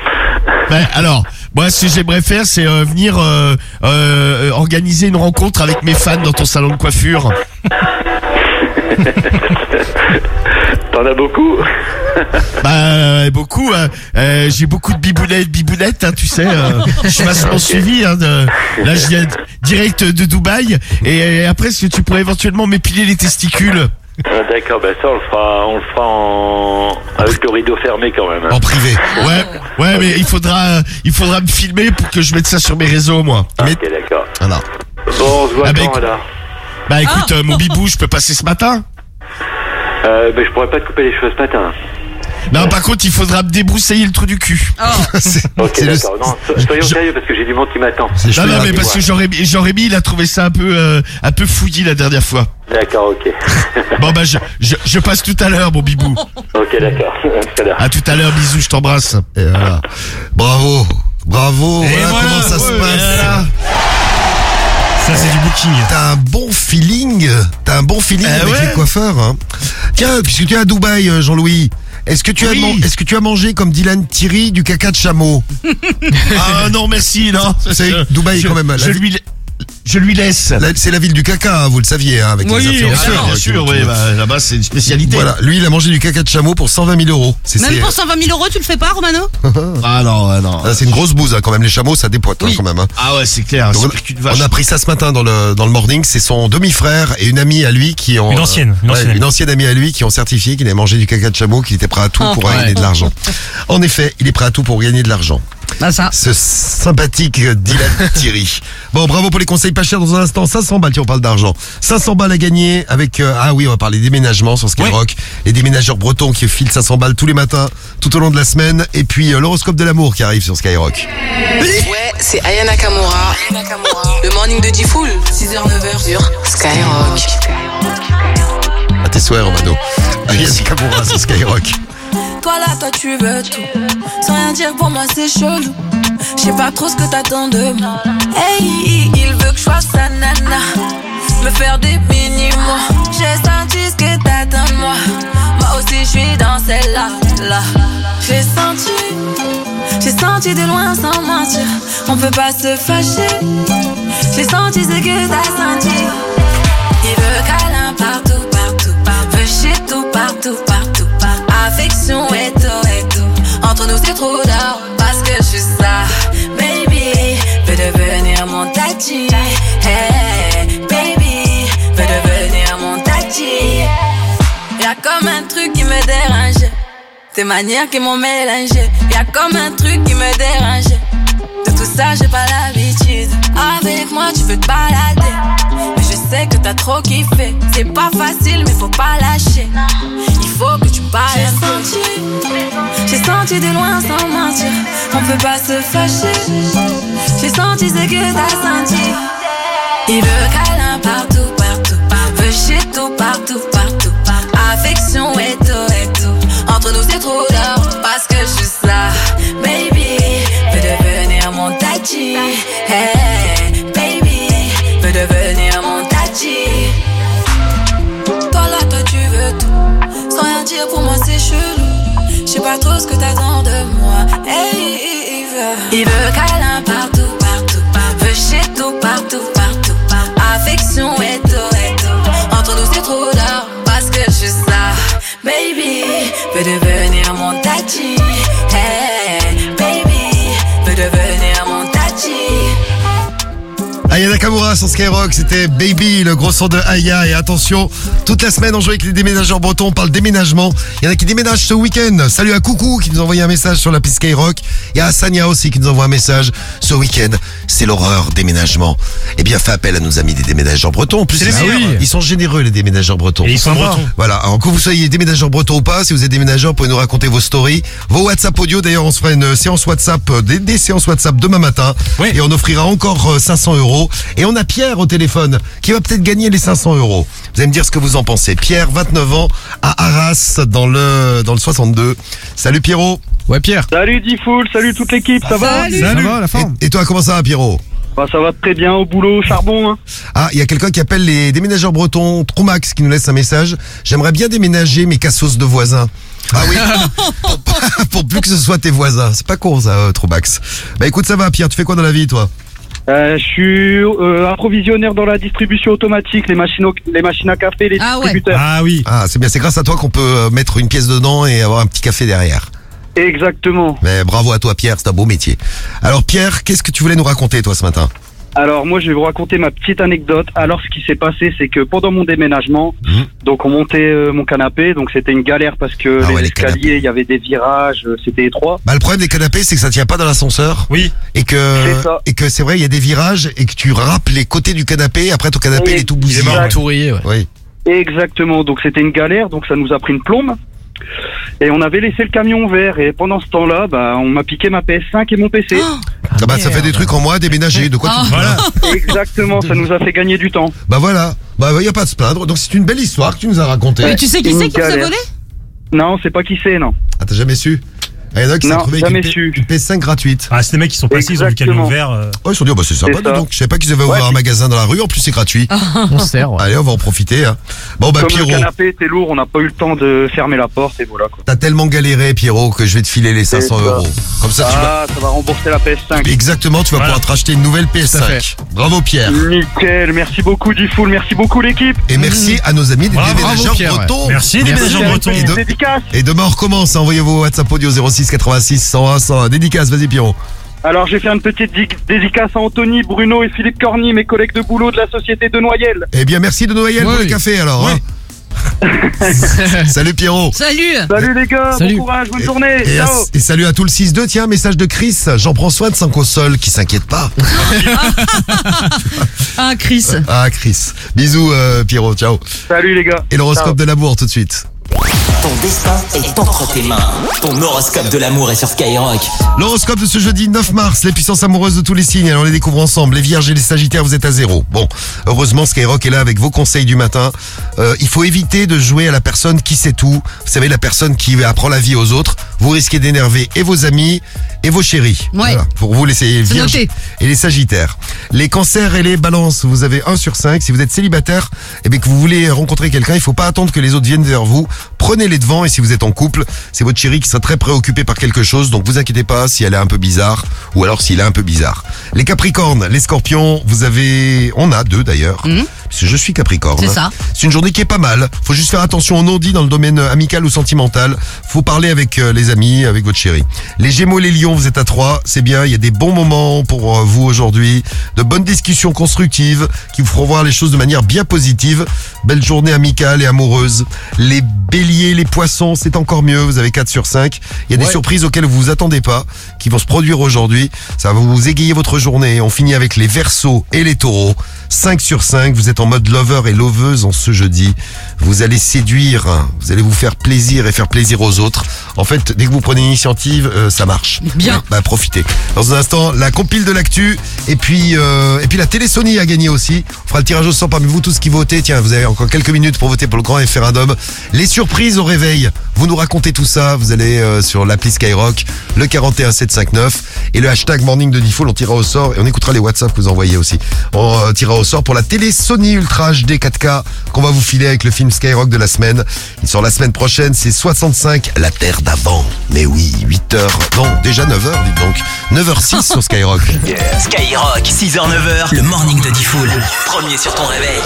S2: Ben, alors, moi, ce que j'aimerais faire, c'est euh, venir euh, euh, organiser une rencontre avec mes fans dans ton salon de coiffure.
S11: T'en as beaucoup
S2: Bah, euh, beaucoup. hein. Euh, J'ai beaucoup de bibounettes, bibounettes, hein, tu sais. euh, je suis vachement
S11: Ok.
S2: suivi. Hein, de- là, je viens d- direct de Dubaï. Et, euh, après, est-ce que tu pourrais éventuellement m'épiler les testicules
S11: Ah, D'accord, bah ça, on le fera, on le fera en... avec le rideau fermé quand même.
S2: En privé. Ouais, ouais, mais il faudra, euh, il faudra me filmer pour que je mette ça sur mes réseaux, moi. Mais,
S11: Ok, d'accord.
S2: alors,
S11: Bon, on se voit
S2: Ah, bah,
S11: quand
S2: écoute-
S11: alors
S2: bah écoute, euh, mon bibou, je peux passer ce matin
S11: euh, bah, Je pourrais pas te couper les cheveux ce matin.
S2: Non, par contre, il faudra me débroussailler le trou du cul. C'est-
S11: Ok,
S2: c'est le-
S11: d'accord. Non, so- soyons sérieux parce que j'ai du monde qui m'attend.
S2: Non, non, mais parce que Jean-Rémi, Jean-Rémi, il a trouvé ça un peu, euh, un peu fouillis la dernière fois.
S11: D'accord, ok.
S2: Bon, bah, je, je, je passe tout à l'heure, mon bibou.
S11: Ok, d'accord. À tout à l'heure.
S2: À tout à l'heure, bisous, je t'embrasse.
S3: Et voilà. Bravo,
S2: Eh
S3: bravo, Oh, voilà, comment ça se passe.
S7: Ça, c'est du booking.
S3: T'as un bon feeling, t'as un bon feeling
S2: Eh
S3: avec
S2: ouais.
S3: les coiffeurs. hein. Tiens, puisque tu es à Dubaï, euh, Jean-Louis, Est-ce que, tu as
S2: Oui.
S3: man- est-ce que tu as mangé, comme Dylan Thierry, du caca de chameau
S2: Ah non, merci, non.
S3: C'est Dubaï
S2: Je-
S3: quand même.
S2: Je lui, je lui laisse.
S3: C'est la ville du caca, hein, vous le saviez, hein, avec
S2: Oui,
S3: les
S2: bien
S3: influenceurs,
S2: sûr, bien
S3: hein, qui-
S2: sûr,
S3: qui-
S2: ouais, bah, là-bas c'est une spécialité.
S3: Voilà, lui il a mangé du caca de chameau pour 120 000 euros. C'est
S5: Même
S3: c'est-
S5: pour 120 000 euros, tu le fais pas, Romano
S2: Ah non, ah non.
S3: Ah, c'est une grosse bouse hein, quand même, les chameaux ça dépote hein, quand même. hein.
S2: Ah ouais, c'est clair.
S3: Donc,
S2: c'est
S3: on,
S2: plus qu'une
S3: a-
S2: vache.
S3: on a pris ça ce matin dans le, dans le morning, c'est son demi-frère et une amie à lui qui ont... euh,
S7: Une ancienne, une
S3: ouais,
S7: ancienne.
S3: une ancienne amie à lui qui ont certifié qu'il avait mangé du caca de chameau, qu'il était prêt à tout
S5: Ah,
S3: pour
S5: ouais.
S3: gagner de l'argent. En effet, il est prêt à tout pour gagner de l'argent.
S5: Bah ça.
S3: Ce sympathique euh, Dylan Thierry. Bon, bravo pour les conseils pas chers dans un instant. 500 balles, tiens, on parle d'argent. 500 balles à gagner avec, euh, ah oui, on va parler déménagement sur Skyrock. Les déménageurs bretons qui filent 500 balles tous les matins, tout au long de la semaine. Et puis, euh, l'horoscope de l'amour qui arrive sur Skyrock.
S12: Ouais, c'est Aya Nakamura. Le morning de Diffoul, 6h, 9h sur Skyrock.
S3: À tes souhaits, Romano. Ah, Jessica Moura sur Skyrock.
S21: Toi là, toi tu veux tout. Sans rien dire pour moi, c'est chelou. Je sais pas trop ce que t'attends de moi. Hey, il veut que je sois sa nana. Me faire des mini-mois. J'ai senti ce que t'attends de moi. Moi aussi, je suis dans celle-là. Là. J'ai senti, j'ai senti de loin sans mentir. On peut pas se fâcher. J'ai senti ce que t'as senti. Il veut câlin partout, partout, partout. Veut chez tout, partout, partout, partout. Affection et tout, et tout. Entre nous, c'est trop d'or. Parce que je suis ça. Baby, veux devenir mon tati. Hey, baby, veux devenir mon tati. Y'a comme un truc qui me dérange. Tes manières qui m'ont mélangé. Y'a comme un truc qui me dérange. De tout ça, j'ai pas l'habitude. Avec moi, tu veux te balader. Mais je sais que t'as trop kiffé. C'est pas facile, mais faut pas lâcher. Il faut que tu parles un peu. J'ai senti de loin sans mentir. On peut pas se fâcher. J'ai senti ce que t'as senti. Il veut câlin partout, partout, partout. Veut chez tout, partout, partout, partout. Affection et tout, et tout. Entre nous, c'est trop d'or. Parce que je suis ça, baby. Veut devenir mon tachi. Hey, baby. Veut devenir mon tachi. Toi là, toi tu veux tout. Sans rien dire pour moi, c'est chelou. Je sais pas trop ce que t'attends de moi. Hey, il veut. Il veut câlin partout, partout, partout. Veut chez tout, partout, partout, partout. Affection et tout, et tout. Entre nous, c'est trop d'or. Parce que je suis ça. Baby, veut devenir mon tachi. Hey, baby, veut devenir mon tachi.
S3: Aya Nakamura sur Skyrock, c'était Baby, le gros son de Aya. Et attention, toute la semaine on joue avec les déménageurs bretons, on parle déménagement. Il y en a qui déménagent ce week-end. Salut à Coucou qui nous envoie un message sur la piste Skyrock. Il y a Sania aussi qui nous envoie un message ce week-end. C'est l'horreur déménagement. Eh bien, fais appel à nos amis des déménageurs bretons. En plus,
S7: C'est les
S3: ils-
S7: meilleurs.
S3: Ah oui, ils sont généreux les déménageurs bretons.
S7: Et ils sont
S3: Voilà.
S7: bretons.
S3: Voilà. Alors que vous soyez déménageur breton ou pas, si vous êtes déménageur, vous pouvez nous raconter vos stories, vos WhatsApp audio. D'ailleurs, on se fera une séance WhatsApp, euh, des, des séances WhatsApp demain matin. Et on offrira encore euh, 500 euros. Et on a Pierre au téléphone qui va peut-être gagner les 500 euros. Vous allez me dire ce que vous en pensez. Pierre, 29 ans, à Arras, dans le dans le 62. Salut Pierrot.
S9: Ouais Pierre.
S20: Salut Difool, salut toute l'équipe, ça va
S3: Et, et toi, comment ça va Pierrot
S20: Bah, ça va très bien au boulot, au charbon. hein.
S3: Ah, il y a quelqu'un qui appelle les déménageurs bretons, Tromax, qui nous laisse un message. J'aimerais bien déménager mes cassos de voisins. Ah oui, pour, pour- pour plus que ce soit tes voisins. C'est pas con ça, euh, Tromax. Bah écoute, ça va, Pierre, tu fais quoi dans la vie, toi
S20: Euh, je suis euh, approvisionnaire dans la distribution automatique, les machines, au- les machines à café, les distributeurs.
S3: Ah oui. Ah, c'est bien, c'est grâce à toi qu'on peut euh, mettre une pièce dedans et avoir un petit café derrière.
S20: Exactement.
S3: Mais bravo à toi, Pierre, c'est un beau métier. Alors, Pierre, qu'est-ce que tu voulais nous raconter, toi, ce matin
S20: Alors moi je vais vous raconter ma petite anecdote. Alors ce qui s'est passé c'est que pendant mon déménagement,
S3: Mmh.
S20: donc on montait euh, mon canapé, donc c'était une galère parce
S3: Ah
S20: que les escaliers, il y avait des virages, euh, c'était étroit.
S3: Bah, le problème des canapés, c'est que ça tient pas dans l'ascenseur.
S20: Oui.
S3: Et que
S20: C'est ça.
S3: et que c'est vrai, il y a des virages et que tu râpes les côtés du canapé. Après, ton canapé,
S20: Oui.
S3: il est tout
S20: Il
S3: bousillé.
S20: est marron.
S3: ouais. Oui.
S20: Exactement, donc c'était une galère, donc ça nous a pris une plombe. Et on avait laissé le camion ouvert et pendant ce temps-là, bah, on m'a piqué ma PS5 et mon PC.
S3: Ah bah, ça fait des trucs en moi, déménager, de
S20: Ah,
S3: quoi tu te plains
S20: Exactement, ça nous a fait gagner du temps.
S3: Bah voilà, bah il y a pas à se plaindre. Donc c'est une belle histoire que tu nous as racontée.
S20: Ouais. Une galère. Non, c'est pas qui c'est, non.
S3: Ah, t'as jamais su Il y en a qui s'est
S20: Non,
S3: trouvé
S20: jamais
S3: avec une, P- une PS5 gratuite.
S7: Ah, c'est des mecs qui sont
S3: passés,
S7: ils ont vu qu'elle est ouverte. euh.
S3: Oh, ils se sont dit, oh, bah, c'est sympa,
S20: C'est
S3: dis
S20: ça.
S3: donc. Je savais pas qu'ils avaient ouvert un magasin dans la rue, en plus, c'est gratuit.
S20: On sert,
S3: Allez, on va en profiter. hein. Bon, bah,
S20: Comme le
S3: Pierrot,
S20: canapé était lourd, on n'a pas eu le temps de fermer la porte et voilà quoi.
S3: t'as tellement galéré, Pierrot, que je vais te filer les 500
S20: Et ça.
S3: euros. Comme ça, tu vas.
S20: Ah, ça va rembourser la PS5.
S3: Exactement, tu vas pouvoir te racheter une nouvelle
S20: Tout à fait.
S3: PS5. Bravo Pierre.
S20: Nickel, merci beaucoup Difool, merci beaucoup l'équipe.
S3: Et merci à nos amis des
S20: Bravo,
S3: déménageurs
S20: bravo, Pierre,
S3: bretons.
S20: ouais. Merci, les Merci, déménageurs Pierre. bretons.
S3: Et,
S20: Dédicace.
S3: et demain, on recommence. Envoyez vos WhatsApp audio 06 86 101 101. Dédicace, vas-y Pierrot.
S20: Alors je vais faire une petite di- dédicace à Anthony, Bruno et Philippe Corny, mes collègues de boulot de la société de Noyelles.
S3: Eh bien, merci de Noël pour le café alors. hein. salut Pierrot.
S20: Salut Salut les gars,
S3: Salut.
S20: bon courage, bonne journée,
S3: Et, à-
S20: ciao
S3: et salut à tout le 6-2. Tiens, message de Chris. J'en prends soin de 5 au sol qui s'inquiète pas.
S5: Ah, Chris.
S3: Ah, Chris. Bisous, euh, Pierrot. Ciao.
S20: Salut les gars.
S3: Et l'horoscope de l'amour tout de suite.
S1: Ton destin est entre tes mains. Ton horoscope de l'amour est sur Skyrock.
S3: L'horoscope de ce jeudi 9 mars, les puissances amoureuses de tous les signes, alors on les découvre ensemble. Les vierges et les sagittaires, vous êtes à zéro. Bon, heureusement Skyrock est là avec vos conseils du matin. Euh, il faut éviter de jouer à la personne qui sait tout. Vous savez, la personne qui apprend la vie aux autres. Vous risquez d'énerver et vos amis et vos chéris.
S5: Ouais.
S3: pour vous laisser
S5: C'est
S3: vierges
S5: noté.
S3: et les sagittaires. Les cancers et les balances, vous avez 1 sur 5. Si vous êtes célibataire et bien que vous voulez rencontrer quelqu'un, il faut pas attendre que les autres viennent vers vous. Prenez les devants et si vous êtes en couple, c'est votre chérie qui sera très préoccupée par quelque chose. Donc vous inquiétez pas si elle est un peu bizarre ou alors s'il est un peu bizarre. Les capricornes, les scorpions, vous avez... On a deux d'ailleurs. Parce que je suis capricorne.
S5: Mhm. C'est ça.
S3: C'est une journée qui est pas mal. Faut juste faire attention aux non-dits dans le domaine euh, amical ou sentimental. Faut parler avec euh, les amis, avec votre chérie. Les Gémeaux, les Lions, vous êtes à 3. C'est bien. Il y a des bons moments pour euh, vous aujourd'hui. De bonnes discussions constructives qui vous feront voir les choses de manière bien positive. Belle journée amicale et amoureuse. Les Béliers, les Poissons, c'est encore mieux. Vous avez 4 sur 5. Il y a des
S6: Ouais.
S3: surprises auxquelles vous vous attendez pas, qui vont se produire aujourd'hui. Ça va vous égayer votre journée. On finit avec les Verseaux et les Taureaux. 5 sur 5, vous êtes en mode lover et loveuse en ce jeudi. Vous allez séduire, vous allez vous faire plaisir et faire plaisir aux autres. En fait, dès que vous prenez une initiative, euh, ça marche. Bien. Bah profitez. Dans un instant, la compile de l'actu et puis euh, et puis la télé Sony a gagné aussi. On fera le tirage au sort parmi vous tous qui votez. Tiens, vous avez encore quelques minutes pour voter pour le grand référendum. Les surprises au réveil. Vous nous racontez tout ça. Vous allez euh, sur l'appli Skyrock, le 41759 et le hashtag Morning de Diffoul. On tirera au sort et on écoutera les WhatsApp que vous envoyez aussi. On euh, tirera au sort pour la télé Sony Ultra HD 4K qu'on va vous filer avec le film Skyrock de la semaine. Il sort la semaine prochaine. C'est 65, la terre d'avant. Mais oui, 8h. Non, déjà 9h, dites donc. 9h06 sur Skyrock.
S1: Skyrock, 6h-9h, le morning de Diffoul. Premier sur ton réveil.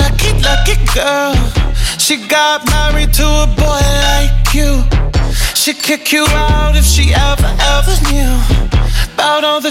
S25: Lucky, lucky girl. She got married to a boy like you. She'd kick you out if she ever, ever knew about all the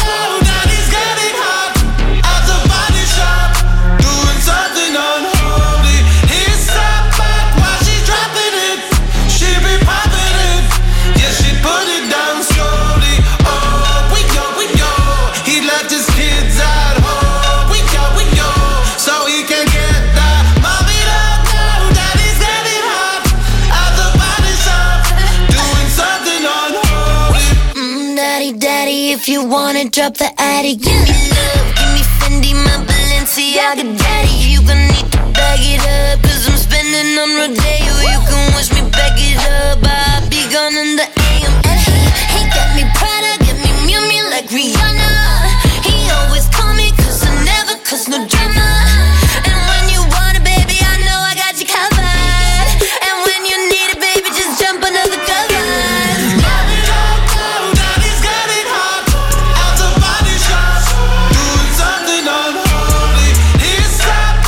S25: go, daddy's getting hot. At the body shop, doing something unholy. He's sat back while she's dropping it. She be popping it. Yeah, she put it down slowly. Oh, we go, we go. He left his kids at home. We go, we go. So he can get that. Mommy, don't go, daddy's getting hot. At the body shop, doing something unholy.
S4: Mm, daddy, daddy, if you wanna drop the attic, give me love, give me Fendi, my Balenciaga daddy. You gon' need to bag it up, cause I'm spending on Rodeo. You can wish me back it up, I'll be gone in the AM. And he, he got me Prada, got me Mew Mew like Rihanna. He always call me, cause I never cause no drama. And when you want it, baby, I know I got you covered. And when you need it, baby, just jump another cover.
S25: Doing something unholy. He's Oh,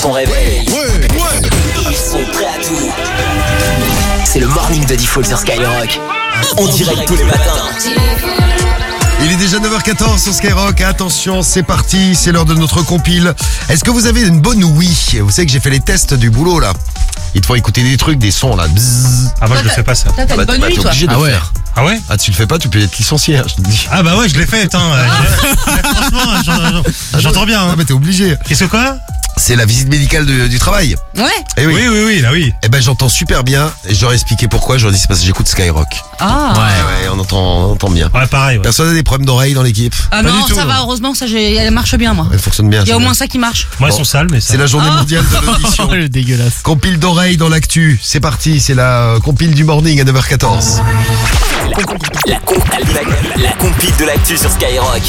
S1: son réveil. Ils sont prêts à tout. C'est le morning de Default sur Skyrock. En direct tous les matins.
S3: Il est déjà 9h14 sur Skyrock. Attention, c'est parti, c'est l'heure de notre compile. Est-ce que vous avez une bonne oui Vous savez que j'ai fait les tests du boulot là. Ils te font écouter des trucs, des sons là. Bzzz. bah,
S7: Ah, moi, je le fais pas, ça. Toi, t'as une bonne
S3: t'es
S7: ouïe, toi.
S3: obligé de
S7: Ah ouais.
S3: faire.
S7: Ah ouais
S3: Ah tu le fais pas, tu peux être licencié, hein, je te le dis.
S7: Ah bah ouais, je l'ai fait, putain. euh, Franchement, j'en- j'en- j'entends bien. hein.
S3: Ah mais t'es obligé.
S7: Qu'est-ce que quoi
S3: C'est la visite médicale du, du travail.
S26: Ouais.
S3: Eh oui.
S7: Oui, oui, oui, là oui.
S3: Eh ben j'entends super bien et j'aurais expliqué pourquoi, j'aurais dit c'est parce que j'écoute Skyrock.
S26: Ah.
S3: Ouais ouais, on entend, on entend bien.
S7: Ouais, pareil.
S3: Personne n'a des problèmes d'oreille dans l'équipe
S26: Ah
S3: Pas
S26: non,
S3: du tout.
S26: ça va, heureusement, ça, j'ai- elle marche bien, moi.
S3: Elle fonctionne bien.
S26: Il y a au
S3: celle-là.
S26: moins ça qui marche.
S7: Moi, ils sont sales, mais ça.
S3: C'est la journée
S26: Ah.
S3: mondiale de l'audition.
S9: dégueulasse.
S3: Compile d'oreilles dans l'actu, c'est parti, c'est la euh, compile du morning à 9h14.
S1: La, comp- la- la compile de l'actu sur Skyrock.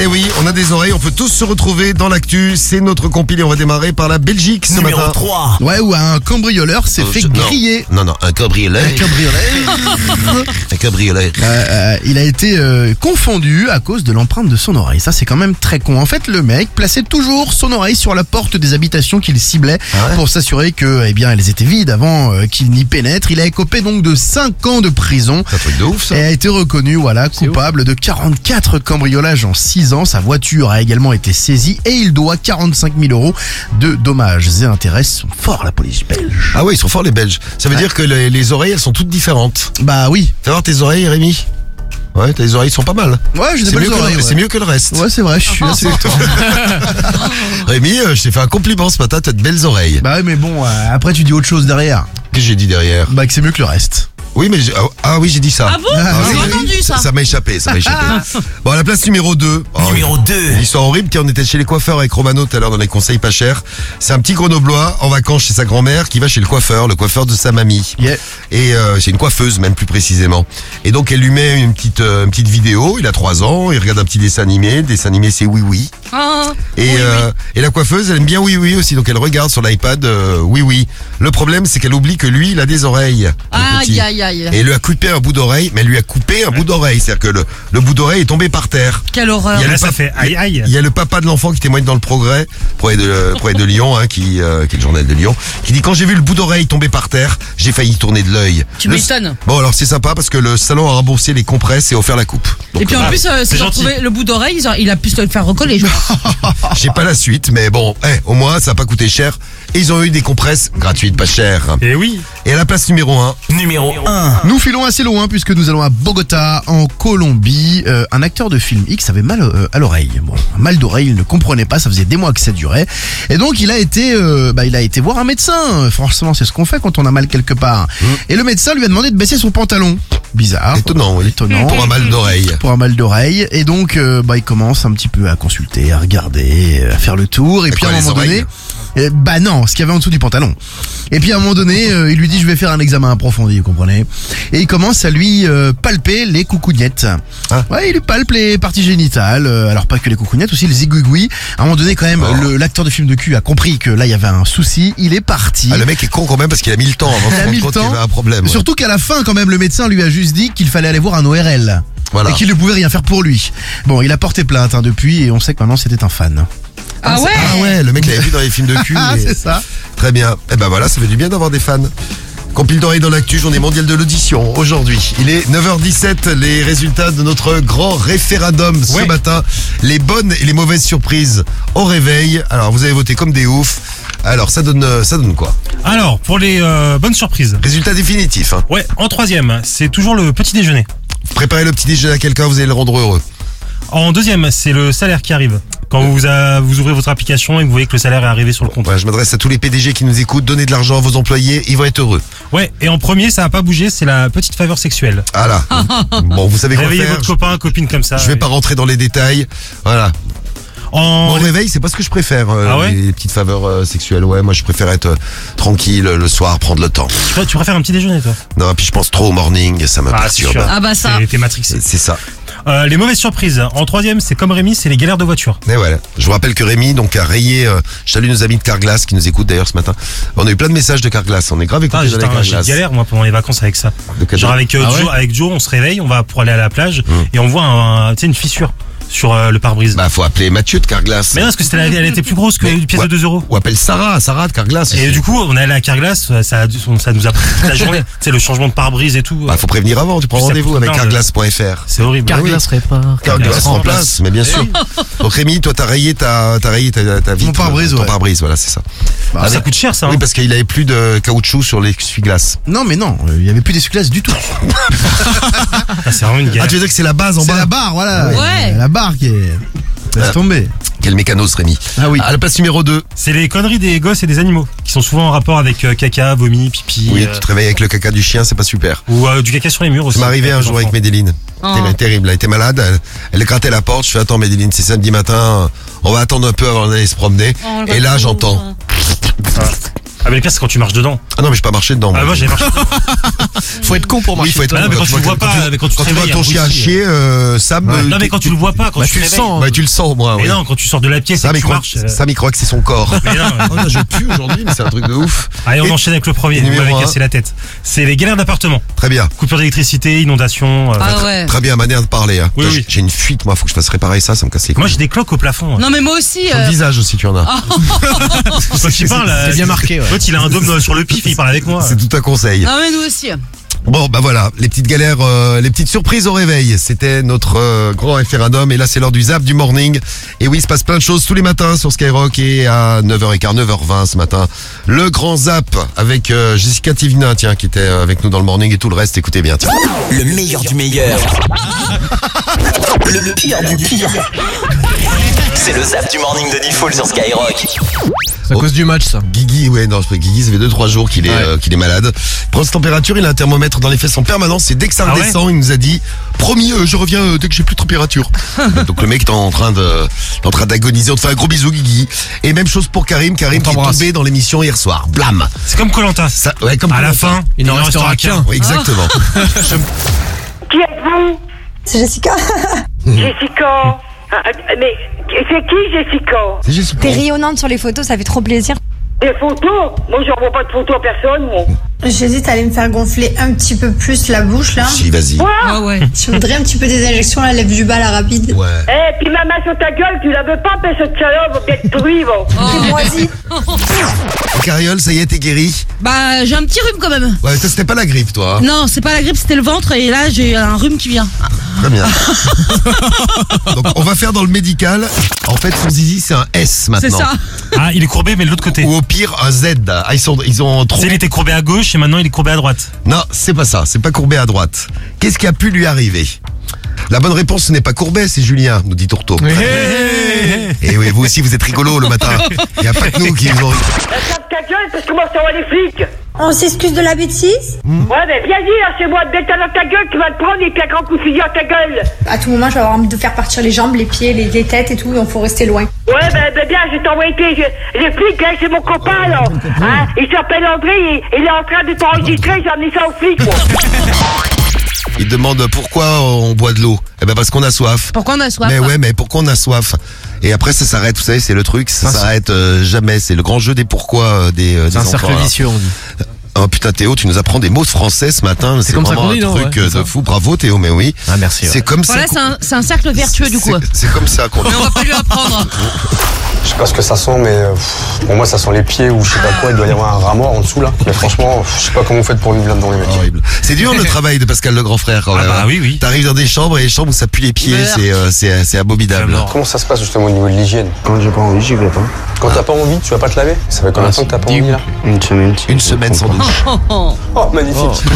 S3: Eh oui, on a des oreilles, on peut tous se retrouver dans l'actu, c'est notre compile et on va démarrer par la Belgique ce
S1: Numéro
S3: matin. Euh,
S1: 3.
S6: Ouais, ou un cambrioleur s'est fait
S3: Non.
S6: griller.
S3: Non, non, un cabriolet.
S6: Un cambrioleur.
S3: Un cabriolet.
S6: Euh, euh, il a été euh, confondu à cause de l'empreinte de son oreille. Ça, c'est quand même très con. En fait, le mec plaçait toujours son oreille sur la porte des habitations qu'il ciblait
S3: Ah ouais
S6: pour s'assurer que, eh bien, elles étaient vides avant euh, qu'il n'y pénètre. Il a écopé donc de 5 ans de prison.
S3: C'est un truc de ouf ça.
S6: Et a été reconnu, voilà, coupable de 44 cambriolages en 6 ans. Sa voiture a également été saisie et il doit 45 000 euros de dommages et intérêts. Ils sont forts, la police belge.
S3: Ah ouais, ils sont forts les Belges. Ça veut dire que les, les oreilles, elles sont toutes différentes.
S6: Bah oui.
S3: T'as voir tes oreilles, Rémi Ouais, tes oreilles sont pas mal.
S6: Ouais, je sais
S3: C'est
S6: pas
S3: mieux,
S6: les
S3: que le-
S6: oreilles.
S3: c'est mieux que le reste.
S6: Ouais, c'est vrai, je suis assez
S3: Rémi, euh, je t'ai fait un compliment ce matin, t'as de belles oreilles.
S6: Bah oui, mais bon, euh, après tu dis autre chose derrière.
S3: Qu'est-ce que j'ai dit derrière
S6: Bah que c'est mieux que le reste.
S3: Oui, mais j'ai- ah, ah oui, j'ai dit ça.
S26: Ah bon
S6: Ah
S3: oui,
S26: J'ai
S3: oui.
S26: entendu ça.
S3: Ça m'a échappé, ça m'a échappé. bon, à la place numéro Oh, 2.
S1: Numéro 2.
S3: Une histoire horrible. Tiens, on était chez les coiffeurs avec Romano tout à l'heure dans les conseils pas chers. C'est un petit grenoblois en vacances chez sa grand-mère qui va chez le coiffeur, le coiffeur de sa mamie.
S6: Yeah.
S3: Et euh, c'est une coiffeuse même plus précisément. Et donc elle lui met une petite euh, une petite vidéo. Il a trois ans. Il regarde un petit dessin animé. Le dessin animé c'est oui oui.
S26: Ah.
S3: Et, euh, et la coiffeuse, elle aime bien oui oui aussi, donc elle regarde sur l'iPad euh, oui oui. Le problème, c'est qu'elle oublie que lui, il a des oreilles. le petit.
S26: Aïe, aïe, aïe.
S3: Et elle lui a coupé un bout d'oreille, mais elle lui a coupé un bout d'oreille, c'est-à-dire que le, le bout d'oreille est tombé par terre.
S26: Quelle horreur.
S3: Il y a
S7: Là,
S3: le
S7: Ah, ça
S3: pap-
S7: fait aïe aïe.
S3: Il y a le papa de l'enfant qui témoigne dans le progrès, progrès de, progrès de Lyon, hein, qui, euh, qui est le journal de Lyon, qui dit quand j'ai vu le bout d'oreille tomber par terre, j'ai failli tourner de l'œil.
S26: Tu
S3: Le-
S26: m'étonnes.
S3: Bon alors c'est sympa parce que le salon a remboursé les compresses et offert la coupe. Donc,
S26: Et puis en
S7: Ah,
S26: plus, euh,
S7: c'est
S26: s'ils ont
S7: gentil.
S26: retrouvé le bout d'oreille, ils ont- il a pu se le faire recoller. je pense.
S3: J'ai pas la suite, mais bon, eh, au moins ça a pas coûté cher. Et ils ont eu des compresses gratuites, pas chères.
S7: Et Eh oui.
S3: Et à la place numéro 1,
S1: Numéro 1.
S6: Nous filons assez loin puisque nous allons à Bogota, en Colombie. Euh, un acteur de film X avait mal euh, à l'oreille. Bon, un mal d'oreille, il ne comprenait pas, ça faisait des mois que ça durait. Et donc il a été, euh, bah, il a été voir un médecin. Forcément, c'est ce qu'on fait quand on a mal quelque part.
S3: Mm.
S6: Et le médecin lui a demandé de baisser son pantalon. Bizarre.
S3: Étonnant, oui.
S6: Étonnant.
S3: pour un mal d'oreille.
S6: pour un mal d'oreille et donc euh, bah il commence un petit peu à consulter, à regarder, euh, à faire le tour et puis
S3: quoi,
S6: à un
S3: les
S6: moment donné
S3: oreilles
S6: euh, bah non, ce qu'il y avait en dessous du pantalon. Et puis à un moment donné, euh, il lui dit je vais faire un examen approfondi, vous comprenez Et il commence à lui euh, palper les coucougnettes.
S3: Ah.
S6: Ouais, il lui palpe les parties génitales, euh, alors pas que les coucougnettes, aussi les aiguigouis. À un moment donné quand même,
S3: Oh.
S6: le- l'acteur de film de cul a compris que là il y avait un souci, il est parti.
S3: Ah, le mec est con quand même parce qu'il a mis le temps avant de
S6: Il a
S3: se rendre
S6: mis le
S3: compte qu'il y
S6: temps.
S3: avait un problème. ouais.
S6: Surtout qu'à la fin, quand même, le médecin lui a juste dit qu'il fallait aller voir un ORL.
S3: Voilà.
S6: Et qu'il ne pouvait rien faire pour lui. Bon, il a porté plainte hein, depuis et on sait que maintenant c'était un fan.
S26: Ah ouais
S3: Ah ouais, le mec l'avait vu dans les films de cul.
S6: Ah,
S3: et-
S6: c'est ça.
S3: Très bien. Eh ben voilà, ça fait du bien d'avoir des fans. Compile d'oreille dans l'actu, journée mondiale de l'audition. Aujourd'hui, il est 9h17, les résultats de notre grand référendum ce
S7: Ouais.
S3: matin. Les bonnes et les mauvaises surprises au réveil. Alors, vous avez voté comme des oufs. Alors, ça donne, euh, ça donne quoi
S7: Alors, pour les euh, bonnes surprises.
S3: Résultat définitif. hein.
S7: Ouais, en troisième, c'est toujours le petit déjeuner.
S3: Préparez le petit déjeuner à quelqu'un, vous allez le rendre heureux.
S7: En deuxième, c'est le salaire qui arrive. Quand vous, a- vous ouvrez votre application et que vous voyez que le salaire est arrivé sur le compte.
S3: Voilà, je m'adresse à tous les PDG qui nous écoutent. Donnez de l'argent à vos employés, ils vont être heureux.
S7: Ouais, et en premier, ça n'a pas bougé, c'est la petite faveur sexuelle.
S3: Ah là. bon, vous savez quoi
S7: Réveillez
S3: faire.
S7: votre copain, copine comme ça.
S3: Je vais
S7: Et-
S3: pas rentrer dans les détails. Voilà. Mon
S7: En...
S3: réveil, c'est pas ce que je préfère. euh,
S7: Ah ouais
S3: les petites faveurs euh, sexuelles. Ouais, moi je préfère être euh, tranquille euh, le soir, prendre le temps.
S7: Toi, tu préfères un petit déjeuner, toi
S3: Non, puis je pense trop au morning, ça me
S7: c'est
S3: perturbe.
S7: sûr.
S26: Ah bah ça.
S7: T'es- T'es matrixé.
S3: C'est c'est ça.
S7: Euh, les mauvaises surprises. En troisième, c'est comme Rémi, c'est les galères de voiture.
S3: Mais voilà. Je vous rappelle que Rémi donc a rayé. euh, je salue nos amis de Carglass qui nous écoutent d'ailleurs ce matin. On a eu plein de messages de Carglass. On est grave
S7: Putain,
S3: écoutés dans les
S7: putain, J'ai
S3: Carglass.
S7: Ah, galère, moi, pendant les vacances avec ça.
S3: De quel
S7: Genre
S3: genre
S7: avec, euh,
S6: Ah ouais
S3: Hum.
S7: Joe, avec Joe, on se réveille, on va pour aller à la plage et on voit un, tu sais, une fissure. sur euh, le pare-brise.
S3: Bah, faut appeler Mathieu de Carglass.
S7: Mais non, parce que c'était la- elle était plus grosse que une pièce de 2 euros.
S3: Ou appelle Sarah, Sarah de Carglass.
S7: Et du coup, on est allé à Carglass, ça, ça, a dû- ça nous a pris toute la journée. C'est le changement de pare-brise et tout.
S3: Bah, faut prévenir avant, tu prends
S7: Puis ça
S3: rendez-vous
S7: coûte
S3: avec
S7: plein de-
S3: carglass.fr.
S7: C'est horrible. Ah
S2: Carglass répare.
S3: Carglass
S2: remplace.
S3: remplace, mais bien sûr. Donc Rémi, toi, t'as rayé ta, t'as rayé ta, ta vitre.
S6: pare-brise,
S3: ton
S6: ouais.
S3: pare-brise, voilà, c'est ça.
S7: Bah, ça coûte cher, ça, hein.
S3: Oui, parce qu'il avait plus de caoutchouc sur les glaces
S6: Non, mais non, euh, il n'y avait plus d'essuie-glace du tout.
S7: Ah, c'est vraiment une galère.
S3: Ah, tu veux dire que c'est la base en
S6: C'est
S3: bas
S6: la barre, voilà.
S5: Ouais.
S6: La barre qui est. Laisse
S3: Ah.
S6: tomber.
S3: Quel mécanos, Rémi.
S6: Ah oui.
S3: À la place numéro 2.
S7: C'est les conneries des gosses et des animaux qui sont souvent en rapport avec euh, caca, vomi, pipi
S3: Oui,
S7: euh,
S3: tu te réveilles avec le caca du chien, c'est pas super.
S7: ou euh, du caca sur les murs aussi.
S3: Ça m'est arrivé un
S7: les
S3: jour
S7: enfants.
S3: avec Médéline.
S5: Oh.
S3: Terrible, terrible. Elle était malade. Elle, elle grattait la porte. Je fais attends Médéline, c'est samedi matin. On va attendre un peu avant d'aller se promener.
S5: Oh, le
S3: Et là
S5: gâteau.
S3: j'entends.
S7: Ah mais le pire c'est quand tu marches dedans.
S3: Ah non mais j'ai pas marché dedans.
S7: Ah moi j'ai marché.
S2: Faut être con pour
S3: Oui,
S2: marcher.
S3: faut être
S7: Bah, non, mais quand tu le vois
S3: quand
S7: pas, mais quand tu te
S3: tu vois
S7: réveilles,
S3: ton
S7: il y a
S3: chien
S7: un bruit.
S3: chier, euh, Sam. euh,
S7: Non mais
S3: t'es-
S7: quand tu le vois pas, quand
S2: Bah,
S7: tu,
S2: tu le
S7: réveilles.
S2: sens.
S3: Bah, tu le sens, moi.
S7: Mais
S3: ouais.
S7: non, quand tu sors de la pièce et
S3: Sam,
S7: que
S3: il
S7: tu
S3: croit,
S7: marches. euh,
S3: Sam, il croit que c'est son corps.
S7: Mais non,
S3: Oh là, je pue aujourd'hui, mais c'est un truc de ouf.
S7: Allez, on
S3: Et-
S7: enchaîne avec le premier. Vous
S3: numéro
S7: m'avez
S3: un.
S7: cassé la tête. C'est les galères d'appartement.
S3: Très bien.
S7: Coupure d'électricité, inondation. euh,
S5: Ah ouais.
S3: Très bien, manière de parler. hein.
S7: Oui,
S3: Putain,
S7: oui.
S3: j'ai- J'ai une fuite, moi, faut que je fasse réparer ça, ça me casse les couilles. Ah.
S7: Moi j'ai des cloques au plafond.
S5: Non, mais moi aussi.
S3: Sur le
S5: euh,
S3: visage aussi, tu en as.
S7: Quand il parle, euh,
S2: C'est bien marqué, ouais.
S7: L'autre, il a un dôme euh, sur le pif, il parle avec moi.
S3: C'est tout un conseil.
S5: Non, Ah, mais nous aussi.
S3: Bon, bah voilà, les petites galères, euh, les petites surprises au réveil. C'était notre euh, grand référendum et là c'est l'heure du zap du morning. Et oui, il se passe plein de choses tous les matins sur Skyrock et à 9h15, 9h20 ce matin. Le grand zap avec euh, Jessica Tivina, tiens, qui était euh, avec nous dans le morning et tout le reste. Écoutez bien, tiens.
S1: Le meilleur du meilleur. Le pire du pire. C'est le zap du morning de Diffoul sur Skyrock.
S2: C'est à cause du match, ça.
S3: Oh. Guigui, ouais, non, c'est pas Guigui, ça fait 2-3 jours qu'il est,
S2: Ouais.
S3: euh, qu'il est malade. Il Prend sa température, il a un thermomètre dans les fesses en permanence et dès que ça
S7: Ah ouais
S3: redescend, il nous a dit Promis, euh, je reviens euh, dès que j'ai plus de température. Donc le mec est en train de, en train d'agoniser. On te fait un gros bisou, Guigui. Et même chose pour Karim. Karim qui est tombé dans l'émission hier soir. Blam.
S7: C'est comme Colanta.
S3: Ça, ouais, comme
S7: À
S3: pour
S7: la
S3: longtemps.
S7: fin, il n'en restera qu'un. Ah.
S3: Oui, exactement.
S8: Qui êtes-vous
S27: C'est Jessica.
S3: Mmh.
S8: Jessica. Ah, ah, mais c'est qui Jessica
S3: C'est juste
S27: T'es rayonnante sur les photos, ça fait trop plaisir.
S8: Des photos Moi, je n'envoie pas de photos à personne, moi.
S12: J'hésite à aller me faire gonfler un petit peu plus la bouche là.
S3: Si, vas-y.
S5: Ah ouais.
S12: Je voudrais un petit peu des injections à la lèvre du bas, la rapide.
S3: Ouais.
S8: Eh, puis ma main sur ta gueule, tu la veux pas, parce que chaleur va bien te pourrir, va.
S26: Oh.
S27: T'es moisi.
S3: Cariole, ça y est, t'es guéri.
S5: Bah, j'ai un petit rhume quand même.
S3: Ouais, ça, c'était pas la grippe, toi. hein.
S5: Non, c'est pas la grippe, c'était le ventre. Et là, j'ai un rhume qui vient.
S3: Très bien. Donc, on va faire dans le médical. En fait, son zizi, c'est un S
S5: C'est
S3: maintenant.
S5: ça.
S7: Ah, il est courbé, mais de l'autre côté.
S3: Ou au pire, un Z. Ah, ils, sont, ils ont trop.
S7: Tu sais, il était courbé à gauche et maintenant il est courbé à droite.
S3: Non, c'est pas ça, c'est pas courbé à droite. Qu'est-ce qui a pu lui arriver La bonne réponse, ce n'est pas courbé, c'est Julien, nous dit Tourteau. Et oui, vous aussi, vous êtes rigolo le matin. Il n'y Bah, a pas que nous qui nous ont...
S8: Elle tape ta gueule, parce que moi, ça va les flics.
S12: On s'excuse de la bêtise
S3: Hmm.
S8: Ouais, mais viens dire, c'est moi, dès que t'as dans ta gueule, tu vas te prendre et puis un grand coup de fusil à ta gueule.
S12: À tout moment, je vais avoir envie de faire partir les jambes, les pieds, les, les têtes et tout, donc faut rester loin.
S8: Ouais, ben, ben bien, je t'ai envoyé tes- je- les flics, hein, c'est mon copain, là. Hein, il s'appelle André, il, il est en train de t'enregistrer, j'ai amené ça aux flics, moi.
S3: Ils demandent pourquoi on boit de l'eau. Eh ben parce qu'on a soif.
S5: Pourquoi on a soif
S3: Mais ouais, mais pourquoi on a soif Et après, ça s'arrête, vous savez, c'est le truc, ça s'arrête euh, jamais. C'est le grand jeu des pourquoi euh, des, euh, des
S2: C'est un
S3: enfants,
S2: cercle
S3: là.
S2: vicieux, on dit.
S3: Oh putain Théo, tu nous apprends des mots de français ce matin. C'est
S2: comme ça
S3: vraiment
S2: qu'on dit,
S3: un
S2: non,
S3: truc
S2: ouais,
S3: euh,
S2: c'est
S3: de
S2: ça.
S3: fou. Bravo Théo, mais oui.
S2: Ah, merci. ouais.
S3: C'est comme ça.
S5: Voilà,
S3: qu'on-
S5: c'est un, c'est un cercle vertueux du coup.
S3: c'est- C'est comme ça qu'on.
S5: Mais on va pas lui apprendre.
S17: Je sais pas ce que ça sent, mais euh, pff, pour moi, ça sent les pieds ou je sais pas quoi. Il doit y avoir un rat mort en dessous là. Mais franchement, pff, je sais pas comment vous faites pour vivre là-dedans, les mecs.
S3: Horrible. C'est dur le travail de Pascal le grand frère quand
S7: Ah
S3: même.
S7: bah
S3: hein.
S7: oui, oui.
S3: T'arrives dans des chambres et les chambres où ça pue les pieds,
S5: Merde.
S3: c'est euh, c'est c'est abominable.
S7: Mort.
S17: Comment ça se passe justement au niveau de l'hygiène
S28: Quand j'ai pas envie, j'y vais pas.
S17: Quand t'as pas envie, tu vas pas te laver Ça fait combien de temps que t'as pas envie là
S28: Une semaine.
S3: Ah, Une semaine sans douche.
S5: Oh, oh.
S17: Oh, magnifique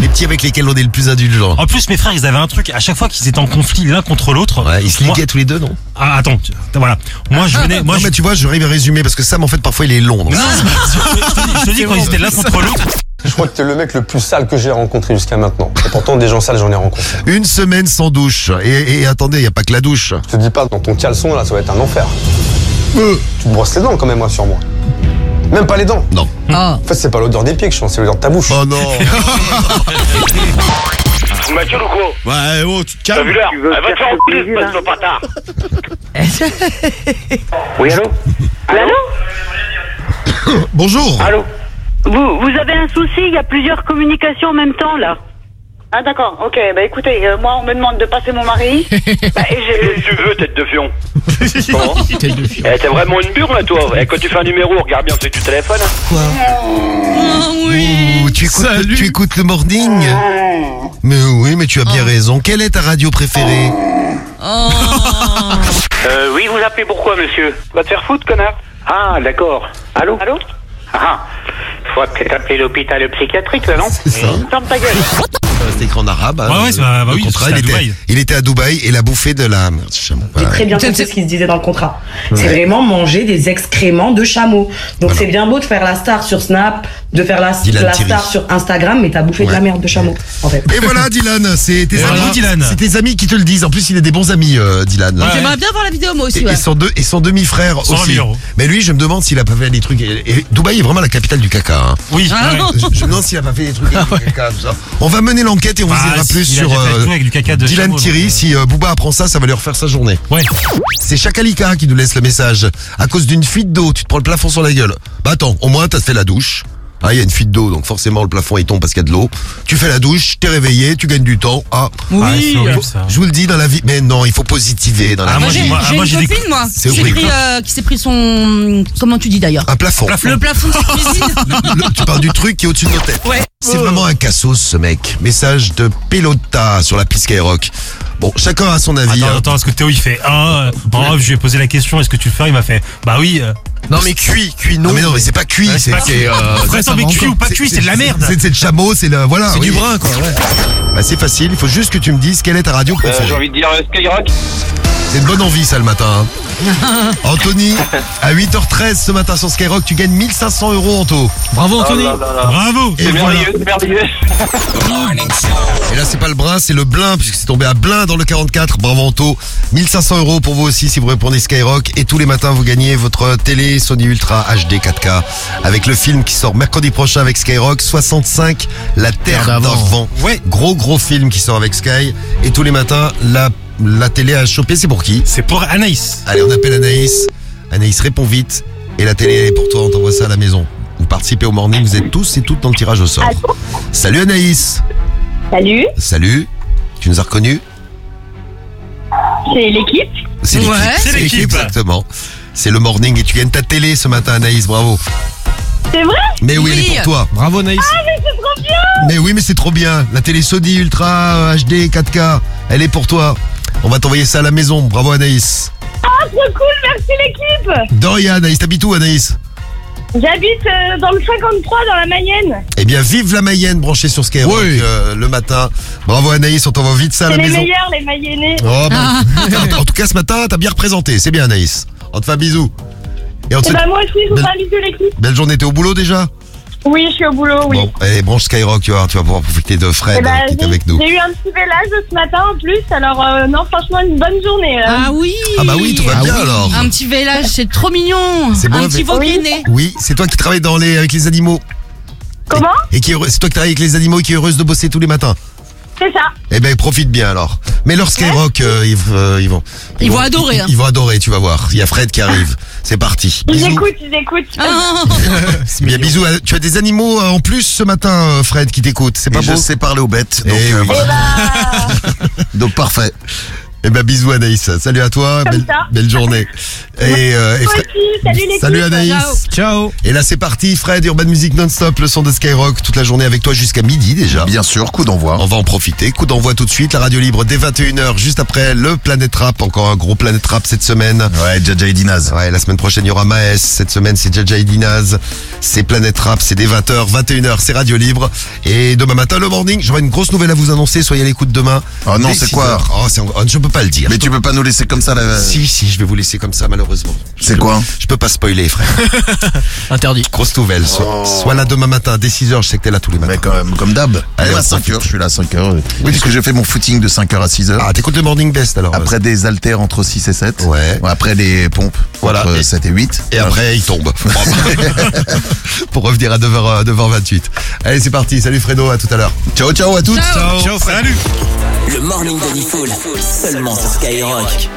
S3: Les petits avec lesquels on est le plus indulgent.
S7: En plus, mes frères, ils avaient un truc. À chaque fois qu'ils étaient en conflit l'un contre l'autre.
S3: Ouais, ils se
S7: moi-
S3: liguaient tous les deux, non
S7: Ah, attends, tu- voilà. Moi, je venais. Moi,
S3: Non,
S7: je...
S3: mais tu vois, je vais résumer parce que Sam, en fait, parfois, il est long. donc.
S7: Non, c'est pas- je te dis- je te dis, quand ils étaient l'un contre l'autre.
S17: Je crois que t'es le mec le plus sale que j'ai rencontré jusqu'à maintenant. Et pourtant, des gens sales, j'en ai rencontré.
S3: Une semaine sans douche. Et, et attendez, il n'y a pas que la douche.
S17: Je te dis pas, dans ton caleçon là, ça va être un enfer.
S3: Euh.
S17: Tu te brosses les dents quand même, sur moi. Même pas les dents.
S3: Non.
S5: Oh.
S17: En fait, c'est pas l'odeur des pieds que je sens, c'est l'odeur de ta bouche.
S3: Oh non
S25: Mathieu Louco,
S3: Eh,
S29: Ouais, oh, tu te
S25: t'as vu
S29: calmes.
S25: l'heure Elle va te faire enculer, espèce de bâtard
S3: Euh,
S25: Oui, allô
S8: Allô
S3: Bonjour
S25: Allô
S8: vous, vous avez un souci, il y a plusieurs communications en même temps, là.
S30: Ah d'accord, ok, bah écoutez, euh, moi on me demande de passer mon mari. Bah, et j'ai-
S11: Qu'est-ce que tu veux, tête de fion Comment Eh, T'es vraiment une burle, là, toi. Eh, quand tu fais un numéro, regarde bien celui du téléphone.
S26: Ah
S3: Ouh, tu, écoutes le, tu écoutes le morning Mais oui, mais tu as
S7: Ah.
S3: bien raison. Quelle est ta radio préférée
S7: Oh.
S11: Euh, oui, vous appelez pourquoi, monsieur Va te faire foutre, connard. Ah, d'accord. Allô Allô Ah, faut peut-être appeler l'hôpital psychiatrique, là, non C'est
S3: ça.
S11: Ferme ta gueule.
S3: C'était écrit en arabe. hein,
S7: Ouais, ouais,
S3: le-
S7: c'est- bah, bah
S3: le
S7: oui,
S3: contrat,
S7: c'était
S3: il,
S7: à
S3: était,
S7: Dubaï.
S3: il était à Dubaï et la bouffée de la.
S31: J'ai très bien
S3: Voilà.
S31: compris ce qui se disait dans le contrat. C'est
S3: Ouais.
S31: vraiment manger des excréments de chameau. Donc c'est bien beau de faire la star sur Snap, de faire la,
S3: Dylan
S31: la
S3: Thierry.
S31: star sur Instagram, mais t'as bouffé de la merde de chameau. En fait.
S3: Et voilà, Dylan, c'est tes,
S31: Et
S3: amis,
S31: voilà, Dylan.
S3: c'est tes amis qui te le disent. En plus, il a des bons amis, euh, Dylan.
S5: Ah,
S26: J'aimerais bien voir la vidéo moi aussi.
S3: Et-
S26: ouais.
S3: Et son, deux- et son demi-frère
S7: 120
S3: aussi.
S7: 000 euros.
S3: Mais lui, je me demande s'il a pas fait des trucs. Et, et Dubaï est vraiment la capitale du caca. hein.
S7: Oui.
S26: Ah, ouais.
S3: Je, je me demande s'il a pas fait des
S2: Ah
S3: trucs. avec du caca, tout ça. On va mener l'enquête et on
S7: Bah,
S3: vous dira
S7: si,
S3: plus
S7: il a
S3: sur
S7: déjà fait
S3: euh,
S7: tout avec du caca de
S3: Dylan
S7: chameau, donc,
S3: Thierry.
S7: euh,
S3: Si euh, Booba apprend ça, ça va lui refaire sa journée.
S7: Ouais.
S3: C'est Chakalika qui nous laisse le message. À cause d'une fuite d'eau, tu te prends le plafond sur la gueule. Bah attends, au moins t'as fait la douche. Ah, il y a une fuite d'eau, donc forcément le plafond il tombe parce qu'il y a de l'eau. Tu fais la douche, t'es réveillé, tu gagnes du temps. Ah,
S7: Oui.
S3: Ah,
S7: c'est horrible, ça.
S3: je vous le dis dans la vie. Mais non, il faut positiver dans la
S7: Ah, moi,
S3: vie.
S7: j'ai- moi,
S26: J'ai une copine moi
S3: C'est
S26: qui s'est
S3: horrible.
S26: pris, euh, qui s'est pris son comment tu dis d'ailleurs
S3: Un plafond.
S26: le plafond de sa cuisine.
S3: Le- tu parles du truc qui est au-dessus de nos têtes. C'est vraiment un cassos, ce mec. Message de Pelota sur la piste Skyrock. Bon, chacun a son avis.
S7: Attends,
S3: hein.
S7: attends, est-ce que Théo il fait Ah, euh, en off, je lui ai posé la question, est-ce que tu le fais Il m'a fait Bah oui. euh.
S9: Non mais cuit, cuit
S3: Non,
S9: non.
S3: Ah, mais non, mais c'est pas cuit.
S9: Ouais, c'est
S3: c'est
S9: pas cuit.
S3: c'est, euh,
S9: Après,
S7: Attends,
S9: ça
S7: mais
S9: va
S7: cuit
S9: encore.
S7: ou pas cuit, c'est de la merde.
S3: C'est c'est le chameau, c'est le. Voilà.
S9: C'est du
S3: oui.
S9: brun quoi, ouais.
S3: Bah, c'est facile, il faut juste que tu me dises quelle est ta radio
S11: Euh, J'ai
S3: préférée.
S11: envie de dire euh, Skyrock.
S3: C'est de bonne envie, ça, le matin. hein. Anthony, à 8h13 ce matin sur Skyrock, tu gagnes 1500 euros en taux.
S9: Bravo Anthony.
S11: Ah, là, là, là.
S7: Bravo.
S3: Et
S11: C'est
S3: voilà.
S11: merveilleux, c'est merveilleux.
S3: Et là, c'est pas le brin, c'est le blin, puisque c'est tombé à blin dans le 44. Bravo, Anto. 1500 euros pour vous aussi si vous répondez Skyrock. Et tous les matins, vous gagnez votre télé Sony Ultra HD 4K avec le film qui sort mercredi prochain avec Skyrock 65, La Terre
S6: Terre d'avant.
S3: d'avant. Ouais. Gros, gros film qui sort avec Sky. Et tous les matins, la, la télé à choper, c'est pour qui
S7: C'est pour Anaïs.
S3: Allez, on appelle Anaïs. Anaïs, réponds vite. Et la télé, elle est pour toi, on t'envoie ça à la maison. Vous participez au morning, vous êtes tous et toutes dans le tirage au sort. Salut Anaïs.
S13: Salut,
S3: Salut, tu nous as reconnus
S13: c'est l'équipe.
S3: C'est
S26: Ouais.
S7: C'est l'équipe.
S3: Exactement. C'est le morning et tu gagnes ta télé ce matin, Anaïs, bravo.
S13: C'est vrai Ah,
S3: Mais oui,
S26: Oui.
S3: elle est pour toi.
S9: Bravo Naïs.
S3: Mais oui, mais c'est trop bien. La télé Sony Ultra euh, HD 4K, elle est pour toi. On va t'envoyer ça à la maison, bravo Anaïs.
S13: Ah, trop cool, merci l'équipe.
S3: Doria, Anaïs, t'habites où Anaïs
S13: J'habite euh, dans le 53, dans la Mayenne.
S3: Eh bien, vive la Mayenne branchée sur Skyrock
S9: Oui.
S3: euh, le matin. Bravo Anaïs, on t'envoie vite ça à
S13: C'est
S3: la
S13: les
S3: maison.
S13: meilleurs, les Mayennais.
S3: Oh,
S6: Ah.
S3: bah. En- En tout cas, ce matin, t'as bien représenté, c'est bien Anaïs. On te fait un bisou. Et ben- on te
S13: Et
S3: souhaite-
S13: bah moi aussi, je vous
S3: Belle-
S13: fais un bisou l'équipe.
S3: Belle journée, t'es au boulot déjà
S13: Oui, je suis au boulot, oui.
S3: Bon, allez, branche Skyrock, tu vas, voir, tu vas pouvoir profiter de
S13: Eh
S3: Fred
S13: ben,
S3: euh, qui est
S13: j'ai
S3: avec nous.
S13: j'ai eu un petit vélage ce matin en plus, alors euh, non, franchement, une bonne journée. euh.
S26: Ah oui.
S3: Ah bah oui, tout va
S6: Ah
S3: bien
S6: oui.
S3: alors.
S26: Un petit village, c'est trop mignon.
S3: C'est bon,
S26: un petit
S3: mais-
S26: vauguiné.
S3: Oui, c'est toi qui travailles dans les, avec les animaux.
S13: Comment
S3: Et qui est heureux- c'est toi qui travailles avec les animaux et qui est heureuse de bosser tous les matins.
S13: C'est ça.
S3: Eh ben, profite bien alors. Mais leur Skyrock, euh, ils, euh, ils vont.
S26: Ils vont adorer, hein.
S3: Ils vont adorer, tu vas voir. Il y a Fred qui arrive. C'est parti.
S13: Ils
S3: Bisous.
S13: écoutent, ils écoutent.
S26: Ah,
S3: Eh Bien, bisous. à- Tu as des animaux euh, en plus ce matin, euh, Fred, qui t'écoute. C'est pas
S17: Et je
S3: beau
S17: sais parler aux bêtes,
S3: Eh
S17: donc, euh,
S3: oui.
S13: Et
S17: voilà.
S13: bah,
S17: donc parfait.
S3: Eh ben, bisous Anaïs. Salut à toi.
S13: Comme
S3: Belle,
S13: ça.
S3: belle journée. Et, euh, et
S13: toi
S3: Fred-
S13: aussi, salut l'équipe.
S3: Salut Anaïs.
S26: Ciao.
S9: Ciao.
S3: Et là c'est parti, Fred, Urban Music Non-Stop, le son de Skyrock, toute la journée avec toi jusqu'à midi déjà.
S17: Bien sûr, coup d'envoi.
S3: On va en profiter. Coup d'envoi tout de suite, la radio libre dès 21h, juste après le Planète Rap, encore un gros Planète Rap cette semaine.
S17: Ouais, Jaja et Dinaz.
S3: Ouais, la semaine prochaine, il y aura Maes. Cette semaine, c'est Jaja et Dinaz. C'est Planète Rap, c'est dès 20h, 21h, c'est Radio Libre. Et demain matin, le morning, j'aurai une grosse nouvelle à vous annoncer. Soyez à l'écoute demain.
S17: Oh non,
S3: Dès
S17: c'est
S3: 6
S17: quoi
S3: heures. Oh, c'est en- oh, Je peux pas le dire.
S17: Mais tu peux pas nous laisser comme ça, là.
S3: Si, si, je vais vous laisser comme ça, malheureusement.
S17: C'est quoi
S3: Je peux pas spoiler, frère.
S9: Interdit.
S3: Grosse nouvelle. Sois,
S17: Oh.
S3: sois là demain matin, dès 6h, je sais que t'es là tous les matins.
S17: Mais quand même, comme d'hab.
S3: Allez,
S17: Même
S3: on
S17: à 5h, je suis là à 5h. Oui, parce que j'ai fait mon footing de 5h à 6h.
S3: Ah, t'écoutes le morning best alors.
S17: Après des haltères entre 6 et 7.
S3: Ouais.
S17: Après les pompes
S3: Voilà.
S17: entre
S3: Et-
S17: 7 et 8.
S3: Et après, il tombe. Pour revenir à 9h, 9h28. Allez, c'est parti. Salut Fredo, à tout à l'heure.
S17: Ciao, ciao à toutes.
S7: Ciao. Salut.
S1: Le morning de Nifoul, seulement sur Skyrock.